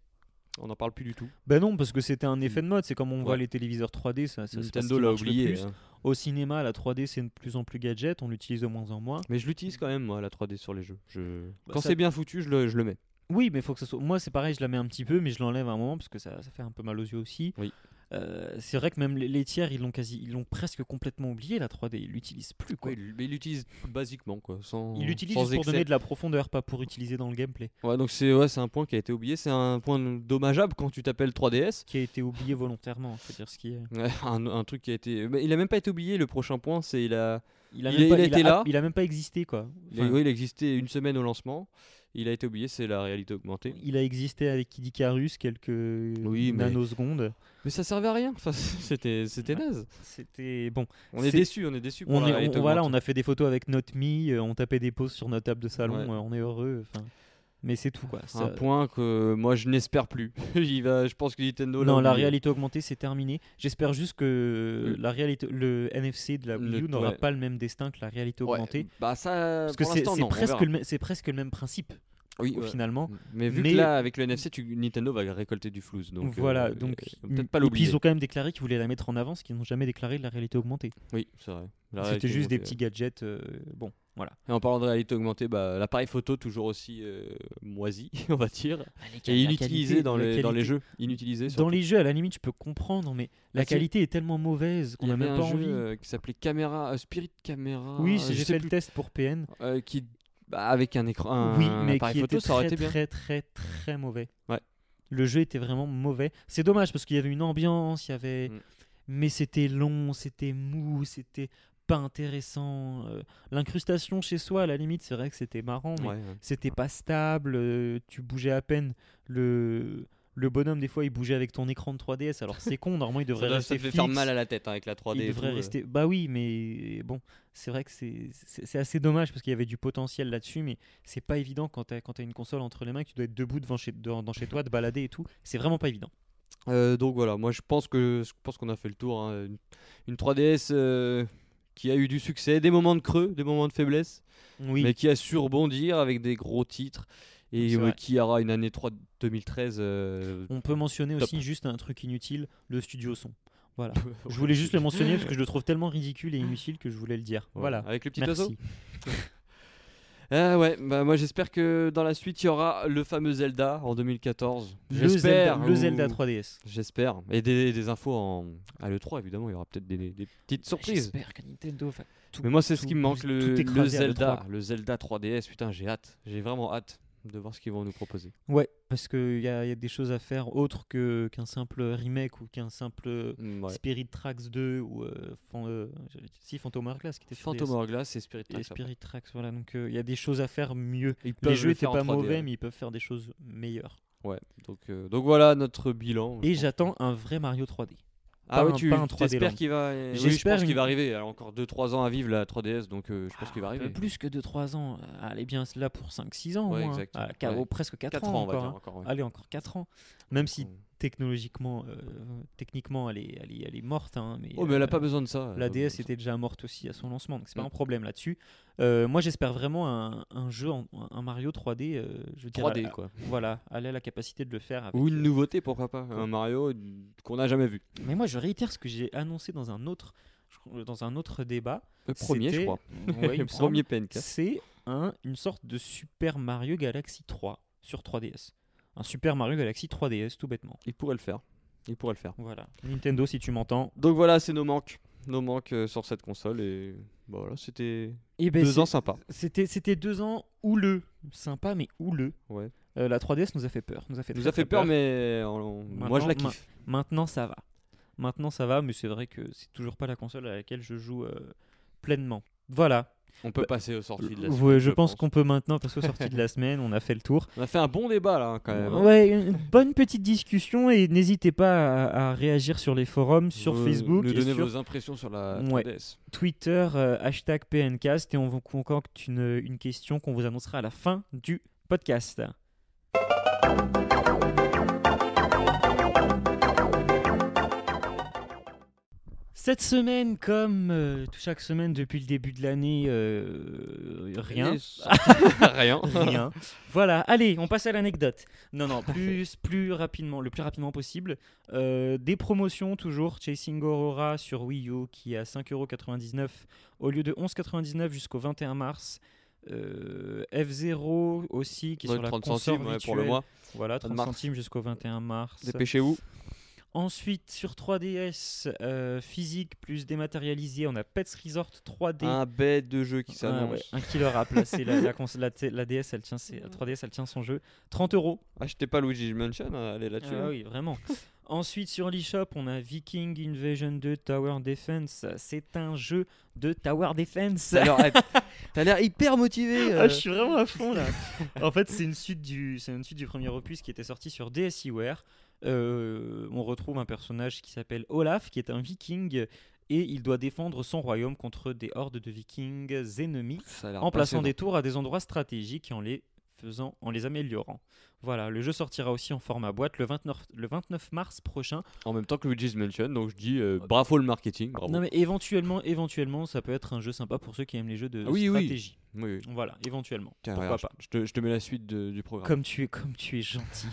B: On n'en parle plus du tout.
A: Ben non, parce que c'était un effet de mode. C'est comme on voit
B: Ouais.
A: les téléviseurs 3D, ça, ça c'est pas ce
B: Nintendo
A: qui
B: l'a
A: marche le
B: oublié.
A: plus.
B: hein.
A: Au cinéma, la 3D, c'est de plus en plus gadget. On l'utilise de moins en moins.
B: Mais je l'utilise quand même, moi, la 3D sur les jeux. Je...
A: Bah,
B: quand
A: ça-
B: c'est bien foutu, je le, je le mets.
A: Oui, mais faut que ça soit. Moi, c'est pareil, je la mets un petit peu, mais je l'enlève à un moment parce que ça, ça fait un peu mal aux yeux aussi.
B: Oui.
A: Euh, c'est vrai que même les, les tiers, ils l'ont quasi, ils l'ont presque complètement oublié la 3D. Ils l'utilisent plus quoi.
B: Ouais, il- mais il l'utilise basiquement quoi, sans.
A: Ils l'utilisent
B: sans
A: juste pour
B: excès.
A: donner de la profondeur, pas pour utiliser dans le gameplay,
B: Ouais, donc c'est ouais, c'est un point qui a été oublié, c'est un point dommageable quand tu t'appelles 3DS.
A: qui a été oublié volontairement. hein, Faut dire ce qui est.
B: Ouais, un, un truc qui a été, mais il a même pas été oublié. Le prochain point, c'est il a,
A: Il a
B: Il
A: même
B: est-
A: pas,
B: il était là.
A: il a même pas existé quoi.
B: il a-
A: Enfin,
B: ouais, il a existé une semaine au lancement. Il a été oublié, c'est la réalité augmentée.
A: Il a existé avec Kid Icarus quelques
B: Oui, mais-
A: nanosecondes.
B: Mais ça servait à rien. Enfin, c'était c'était
A: Ouais.
B: naze.
A: C'était bon.
B: On est,
A: C'est-
B: déçus, on est déçus. Pour
A: On
B: la
A: est,
B: réalité
A: on- voilà,
B: augmentée.
A: on a fait des photos avec notre Mi, euh, on tapait des poses sur notre table de salon,
B: Ouais.
A: euh, on est heureux. enfin. Mais c'est tout quoi. Ça-
B: un point que moi je n'espère plus. Il va, je pense que Nintendo. l'a
A: Non, la
B: oublié.
A: réalité augmentée, c'est terminé. J'espère juste que
B: Le-
A: la réalité, le NFC de la
B: Le-
A: Wii U n'aura
B: ouais.
A: pas le même destin que la réalité
B: Ouais,
A: augmentée.
B: Bah ça,
A: Parce que
B: pour
A: c'est
B: l'instant,
A: c'est
B: non, on
A: presque,
B: verra.
A: le même- c'est presque le même principe
B: Oui,
A: au
B: ouais.
A: finalement.
B: Mais vu
A: Mais-
B: que là, avec le NFC, tu- Nintendo va récolter du flouze. Donc, euh,
A: voilà,
B: euh,
A: donc
B: on peut peut-être pas
A: et puis
B: l'oublier.
A: ils ont quand même déclaré qu'ils voulaient la mettre en avant, ce qu'ils n'ont jamais déclaré de la réalité augmentée.
B: Oui, c'est vrai. La
A: C'était
B: réalité
A: juste des
B: augmentée,
A: petits gadgets. euh, bon, voilà.
B: ouais. Et en parlant de réalité augmentée, bah, l'appareil photo toujours aussi euh, moisi, on va dire,
A: Ah, la
B: et inutilisé
A: qualité-
B: dans,
A: la
B: les, dans les
A: qualité-
B: jeux. Inutilisé.
A: Dans
B: surtout.
A: les jeux, à la limite, je peux comprendre, mais la
B: Ah, si.
A: qualité est tellement mauvaise qu'on
B: Il y
A: n'a
B: avait
A: même
B: un
A: pas
B: jeu
A: envie.
B: euh, qui s'appelait Camera, euh, Spirit Camera. euh,
A: oui,
B: je
A: j'ai
B: sais
A: fait
B: plus,
A: le test pour PN.
B: euh, qui, bah, avec un écran, un,
A: oui,
B: un
A: mais
B: appareil
A: qui
B: photo,
A: était
B: ça aurait
A: très,
B: été bien.
A: très très très mauvais.
B: Ouais.
A: Le jeu était vraiment mauvais. C'est dommage parce qu'il y avait une ambiance, il y avait,
B: Mm.
A: mais c'était long, c'était mou, c'était pas intéressant. Euh, L'incrustation chez soi, à la limite, c'est vrai que c'était marrant, mais
B: Ouais, ouais.
A: c'était pas stable. euh, tu bougeais à peine le le bonhomme des fois il bougeait avec ton écran de 3DS alors c'est con normalement il
B: Ça
A: devrait
B: doit-
A: rester
B: ça devait
A: fixe
B: faire mal à la tête hein, avec la 3D. et
A: il devrait
B: tout, euh.
A: rester. Bah oui, mais bon, c'est vrai que c'est- c'est c'est assez dommage parce qu'il y avait du potentiel là-dessus, mais c'est pas évident quand t'as quand t'as une console entre les mains que tu dois être debout devant chez, devant- dans chez toi, te balader et tout. C'est vraiment pas évident.
B: Euh, donc voilà, moi je pense que je pense qu'on a fait le tour. hein. Une, une 3DS euh, qui a eu du succès, des moments de creux, des moments de faiblesse,
A: Oui.
B: mais qui a su rebondir avec des gros titres et
A: C'est
B: euh,
A: vrai.
B: qui aura une année 3 2013. euh,
A: On peut mentionner
B: Top.
A: aussi juste un truc inutile, le studio son. Voilà. je voulais juste le mentionner parce que je le trouve tellement ridicule et inutile que je voulais le dire.
B: Ouais,
A: Voilà.
B: Avec le petit
A: Merci.
B: oiseau. Ah ouais, bah moi j'espère que dans la suite il y aura le fameux Zelda en 2014.
A: Le Zelda,
B: J'espère.
A: le Zelda
B: ou-
A: 3DS.
B: J'espère. Et des, des infos en... à l'E3 évidemment, il y aura peut-être des, des- des
A: Bah,
B: petites surprises.
A: J'espère que Nintendo va tout-
B: Mais moi, c'est ce
A: tout-
B: qui me manque,
A: tout
B: le,
A: écraser
B: le
A: à
B: Zelda,
A: l'E3.
B: le Zelda 3DS. Putain, j'ai hâte, j'ai vraiment hâte de voir ce qu'ils vont nous proposer.
A: Ouais, parce qu'il y, a- y a des choses à faire autres que- qu'un simple remake ou qu'un simple
B: Ouais.
A: Spirit Tracks 2 ou euh, Fan- euh, j'allais dire- si Phantom Hourglass qui était sur
B: Phantom
A: DS.
B: Hourglass et Spirit
A: et
B: Tracks.
A: Spirit Tracks voilà donc euh, il y a des choses à faire mieux
B: après. Ils peuvent
A: les
B: le
A: jeux étaient
B: faire en
A: pas
B: 3D,
A: mauvais
B: ouais.
A: mais ils peuvent faire des choses meilleures
B: Ouais. Donc, euh, donc voilà notre bilan. je
A: et
B: pense.
A: j'attends un vrai Mario 3D
B: Ah
A: pas
B: ouais,
A: un-
B: tu
A: pas un
B: tu
A: 3D
B: t'espères
A: land.
B: qu'il va. oui, je
A: J'espère
B: pense qu'il
A: une- Ah,
B: va arriver. Elle a encore 2-3 ans à vivre la 3DS, donc euh, je pense qu'il va
A: Un peu
B: arriver.
A: plus que 2-3 ans Ah, allez bien là pour 5-6 ans au
B: Ouais,
A: moins.
B: exact.
A: Ah, ca-
B: Ouais.
A: oh, presque 4,
B: 4
A: ans,
B: ans, on va
A: encore
B: dire
A: hein.
B: encore. ouais.
A: allez encore 4 ans même si
B: Oh,
A: technologiquement euh, techniquement elle est, elle est, elle est morte hein, mais,
B: Oh, mais elle a
A: euh,
B: pas besoin de ça. elle a
A: La
B: pas besoin de
A: DS
B: ça.
A: était déjà morte aussi à son lancement, donc c'est pas
B: Mm.
A: un problème là-dessus. Euh, moi, j'espère vraiment un, un jeu, en- un Mario 3D. euh, je veux dire,
B: 3D
A: à-
B: quoi.
A: voilà, elle a la capacité de le faire. Avec,
B: Ou une
A: euh,
B: nouveauté, pourquoi pas. Un Mario qu'on n'a jamais vu.
A: Mais moi, je réitère ce que j'ai annoncé dans un autre, je- euh, dans un autre débat.
B: Le premier, je
A: C'était-
B: crois.
A: Ouais, il
B: Le
A: me semble.
B: premier PNK.
A: C'est un, une sorte de Super Mario Galaxy 3 sur 3DS. Un Super Mario Galaxy 3DS, tout bêtement.
B: Il pourrait le faire. Il pourrait le faire.
A: Voilà. Nintendo, si tu m'entends.
B: Donc voilà, c'est nos manques. Nos manques euh, sur cette console. Et bah voilà, c'était
A: Eh ben,
B: deux
A: c'est-
B: ans sympas.
A: C'était, c'était deux ans houleux, sympa mais houleux.
B: Ouais.
A: Euh, la 3DS nous a fait peur. Nous a fait,
B: nous
A: très,
B: a fait
A: très
B: peur, mais euh, on- moi je la
A: Maintenant,
B: kiffe.
A: Maintenant, ça va. Maintenant, ça va, mais c'est vrai que c'est toujours pas la console à laquelle je joue euh, pleinement. Voilà.
B: On peut
A: Bah,
B: passer aux sorties de la
A: Ouais,
B: semaine,
A: je pense qu'on peut maintenant passer aux sorties de la semaine. On a fait le tour.
B: On a fait un bon débat là hein, quand même. hein.
A: Ouais, une bonne petite discussion et n'hésitez pas à, à réagir sur les forums, sur
B: Vous-
A: Facebook,
B: Nous
A: et
B: donner
A: sur
B: vos impressions sur la
A: Ouais.
B: 3DS.
A: Twitter, euh, hashtag PNcast et on vous concocte une, une question qu'on vous annoncera à la fin du podcast. Cette semaine, comme euh, chaque semaine depuis le début de l'année, euh, rien.
B: Les sorties- Rien.
A: Rien. Voilà, allez, on passe à l'anecdote. Non, non, plus, plus rapidement, le plus rapidement possible. Euh, des promotions toujours. Chasing Aurora sur Wii U qui est à 5,99€ au lieu de 11,99€ jusqu'au 21 mars. Euh, F0 aussi, qui est
B: Dans les
A: sur la
B: 30
A: console
B: centimes ouais, pour le
A: virtuelle.
B: mois.
A: Voilà, 30
B: mars.
A: centimes jusqu'au 21 mars.
B: Dépêchez-vous.
A: Ensuite, sur 3DS, euh, physique plus dématérialisé, on a Pets Resort 3D.
B: Un baie de jeu qui
A: Ah
B: s'annonce.
A: ouais, un killer à placer. la, la, cons- la t- la DS, elle tient ses- la 3DS, elle tient son jeu. 30 euros.
B: Achetez pas Luigi's Mansion, euh, allez là-dessus.
A: Ah
B: hein.
A: oui, vraiment. Ensuite, sur l'eShop, on a Viking Invasion 2 Tower Defense. C'est un jeu de Tower Defense.
B: T'as l'air- T'as l'air hyper motivé.
A: Ah,
B: euh.
A: je suis vraiment à fond là. en fait, c'est une suite du, c'est une suite du premier opus qui était sorti sur DSiWare. Euh, on retrouve un personnage qui s'appelle Olaf, qui est un Viking et il doit défendre son royaume contre des hordes de Vikings ennemis
B: Ça a l'air
A: en plaçant
B: passionnant.
A: des tours à des endroits stratégiques et en les faisant, en les améliorant. Voilà, le jeu sortira aussi en format boîte le 29, le 29 mars prochain.
B: En même temps que Luigi's Mansion, donc je dis euh, bravo le marketing, bravo.
A: Non mais éventuellement, éventuellement, ça peut être un jeu sympa pour ceux qui aiment les jeux de
B: Ah oui, oui.
A: stratégie.
B: Oui, oui.
A: Voilà, éventuellement.
B: Tiens,
A: Pourquoi
B: regarde,
A: pas.
B: Je, je te, je te mets la suite de- du programme.
A: Comme tu es, comme tu es gentil.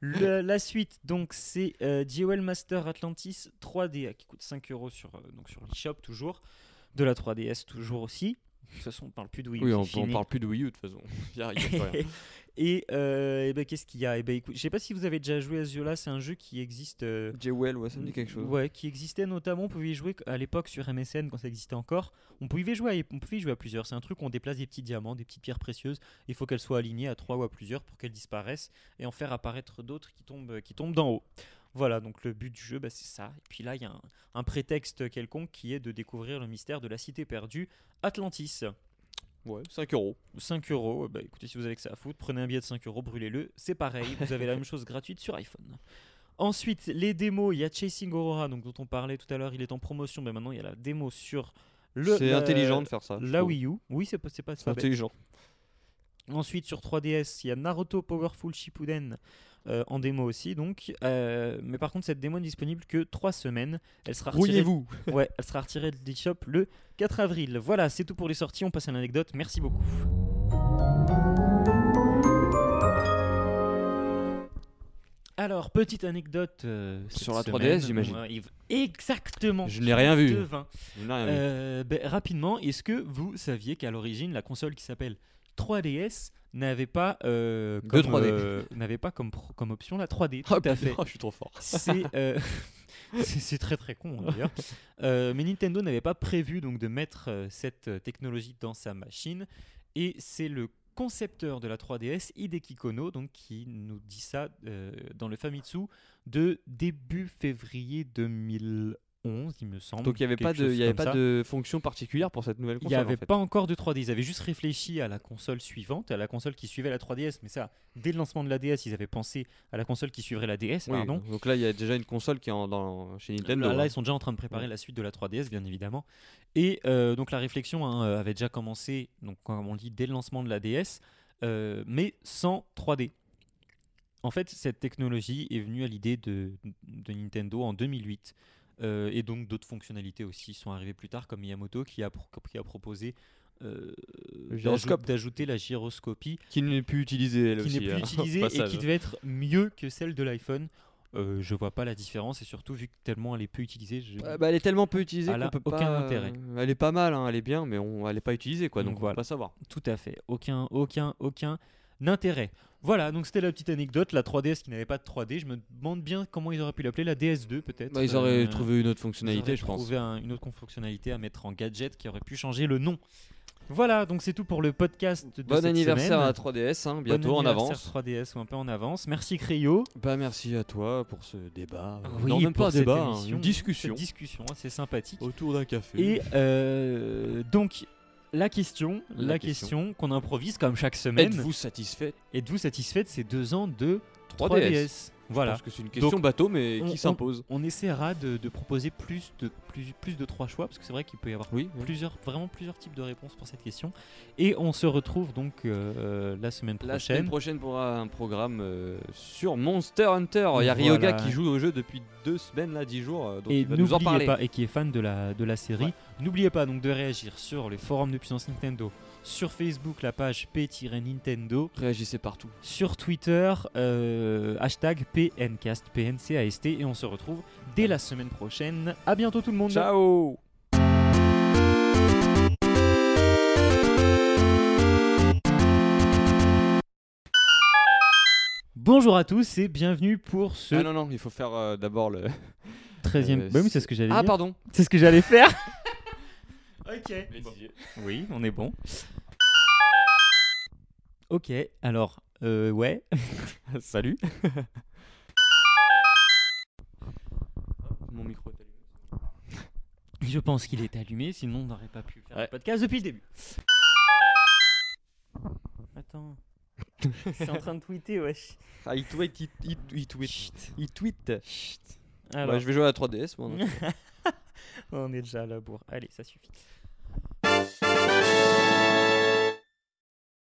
A: Le- la suite, donc, c'est euh, DOL Master Atlantis 3D qui coûte 5 euros sur, euh, donc sur l'eShop, toujours. De la 3DS, toujours aussi. De toute façon, on parle plus de Wii U.
B: oui,
A: c'est
B: on, on
A: fini.
B: parle plus de Wii U de toute façon. Il y a- il y a plus rien.
A: et euh, eh ben, qu'est-ce qu'il y a eh ben, écoute, Je sais pas si vous avez déjà joué à ce jeu-là, c'est un jeu qui existe. euh,
B: Jewel, ouais, ça me dit quelque chose.
A: Ouais, qui existait notamment, on pouvait y jouer à l'époque sur MSN quand ça existait encore. On pouvait y jouer, à- on pouvait y jouer à plusieurs. C'est un truc où on déplace des petits diamants, des petites pierres précieuses. Il faut qu'elles soient alignées à trois ou à plusieurs pour qu'elles disparaissent et en faire apparaître d'autres qui tombent, euh, qui tombent d'en haut. Voilà, donc le but du jeu, bah, c'est ça. Et puis là, il y a un, un prétexte quelconque qui est de découvrir le mystère de la cité perdue, Atlantis.
B: Ouais, 5 euros.
A: 5 euros, bah, écoutez, si vous avez que ça à foutre, prenez un billet de 5 euros, brûlez-le, c'est pareil, vous avez la même chose gratuite sur iPhone. Ensuite, les démos, il y a Chasing Aurora, donc, dont on parlait tout à l'heure, il est en promotion, mais maintenant il y a la démo sur le.
B: C'est
A: la-
B: intelligent de faire ça. je
A: La
B: trouve.
A: Wii U, oui, c'est pas, c'est pas, c'est
B: C'est
A: pas bête.
B: intelligent.
A: Ensuite, sur 3DS, il y a Naruto Powerful Shippuden euh, en démo aussi, donc. euh, mais par contre, cette démo n'est disponible que 3 semaines. Elle sera retirée,
B: Rouillez-vous.
A: ouais, elle sera retirée de l'eShop le 4 avril. Voilà, c'est tout pour les sorties, on passe à l'anecdote, merci beaucoup. Alors, petite anecdote euh, cette
B: Sur la
A: semaine.
B: 3DS, j'imagine.
A: Ouais, Yves. Exactement.
B: Je n'ai rien vu. Ah
A: Devin.
B: Je n'ai rien vu.
A: Euh, ben, rapidement, est-ce que vous saviez qu'à l'origine, la console qui s'appelle 3DS n'avait pas, euh,
B: De
A: comme,
B: 3D.
A: euh, n'avait pas comme, pro- comme option la 3D
B: Ah,
A: Tout à
B: putain,
A: fait.
B: ah, je suis trop fort.
A: C'est euh, c'est- c'est très très con hein, d'ailleurs. Euh, mais Nintendo n'avait pas prévu donc de mettre euh, cette euh, technologie dans sa machine et c'est le concepteur de la 3DS Hideki Kono donc qui nous dit ça euh, dans le Famitsu de début février 2011 il me semble.
B: Donc il n'y avait
A: quelque
B: pas de, il
A: chose
B: y avait
A: comme
B: pas
A: ça.
B: de fonction particulière pour cette nouvelle
A: Il
B: console.
A: n'y avait
B: en fait.
A: pas encore de 3D. Ils avaient juste réfléchi à la console suivante, à la console qui suivait la 3DS. Mais ça, dès le lancement de la DS, ils avaient pensé à la console qui suivrait la DS.
B: Oui,
A: pardon.
B: Donc là, il y a déjà une console qui est en- dans, chez Nintendo.
A: Là, là,
B: hein.
A: ils sont déjà en train de préparer la suite de la 3DS, bien évidemment. Et euh, donc la réflexion hein, euh, avait déjà commencé, donc, comme on le dit, dès le lancement de la DS, euh, mais sans 3D. En fait, cette technologie est venue à l'idée de, de Nintendo en 2008. Euh, et donc d'autres fonctionnalités aussi sont arrivées plus tard, comme Miyamoto qui a, pro- qui a proposé euh,
B: Le
A: d'ajout-
B: gyroscope.
A: d'ajouter la gyroscopie
B: Qui n'est plus utilisée. elle
A: qui
B: aussi,
A: n'est plus
B: hein, au
A: utilisée et
B: passage.
A: qui devait être mieux que celle de l'iPhone. Euh, je vois pas la différence et surtout vu que tellement elle est peu utilisée, je-
B: Ouais, bah, elle est tellement peu utilisée
A: Elle
B: qu'on
A: a
B: peut
A: aucun
B: pas.
A: intérêt.
B: Elle est pas mal, hein, elle est bien, mais on, elle est pas utilisée quoi, donc,
A: Donc
B: on
A: voilà.
B: peut pas savoir.
A: tout à fait, aucun, aucun, aucun intérêt. Voilà, donc c'était la petite anecdote, la 3DS qui n'avait pas de 3D. Je me demande bien comment ils auraient pu l'appeler, la DS2 peut-être.
B: Bah, ils auraient
A: Euh,
B: trouvé une autre
A: ils auraient
B: fonctionnalité, je pense.
A: trouvé un- une autre fonctionnalité à mettre en gadget qui aurait pu changer le nom. Voilà, donc c'est tout pour le podcast de
B: Bon
A: cette
B: anniversaire
A: semaine.
B: à 3DS, hein,
A: Bon
B: bientôt en
A: anniversaire
B: avance.
A: 3DS ou un peu en avance. Merci Créo.
B: Bah merci à toi pour ce débat.
A: Ah Oui,
B: non, même
A: pour
B: pas un
A: cette
B: débat, hein,
A: émission,
B: une discussion
A: Cette discussion assez sympathique.
B: autour d'un café.
A: Et euh, donc, la question, la,
B: La
A: question,
B: question.
A: qu'on improvise comme chaque semaine, êtes-vous,
B: êtes-vous satisfait
A: satisfait de ces deux ans de 3DS,
B: 3DS.
A: Voilà.
B: Parce que c'est une question bateau mais
A: on-
B: qui s'impose.
A: On essaiera de, de proposer plus de, plus, plus de trois choix, parce que c'est vrai qu'il peut y avoir
B: Oui,
A: plusieurs, vraiment plusieurs types de réponses pour cette question. Et on se retrouve donc euh, la semaine prochaine.
B: La semaine prochaine pour un programme euh, sur Monster Hunter. Il y a
A: Voilà.
B: Ryoga qui joue au jeu depuis deux semaines, là, dix jours. euh, Donc
A: et
B: il va nous en
A: n'oubliez
B: parler.
A: pas, et qui est fan de la, de la série,
B: Ouais.
A: n'oubliez pas donc de réagir sur les forums de Puissance Nintendo, sur Facebook la page P-Nintendo,
B: Réagissez partout.
A: sur Twitter, euh, hashtag PNCast, PNCAST, et on se retrouve dès la semaine prochaine. À bientôt tout le monde.
B: Ciao
A: Bonjour à tous et bienvenue pour ce
B: Ah non, non, il faut faire euh, d'abord le.
A: 13e.
B: Euh,
A: Bah oui, c'est ce que j'allais
B: Ah,
A: dire.
B: pardon.
A: C'est ce que j'allais faire. ok. Oui, on est bon. Ok, alors, euh, ouais.
B: Salut. Mon micro est allumé.
A: Je pense qu'il est allumé, sinon on n'aurait pas pu faire le
B: Ouais.
A: podcast depuis le début. Attends. c'est en train de tweeter, wesh.
B: Ah, il tweet, il, il, il tweet. Il tweet.
A: Alors,
B: Bah, je vais jouer à la 3DS. moi, donc.
A: on est déjà à la bourre. Allez, ça suffit.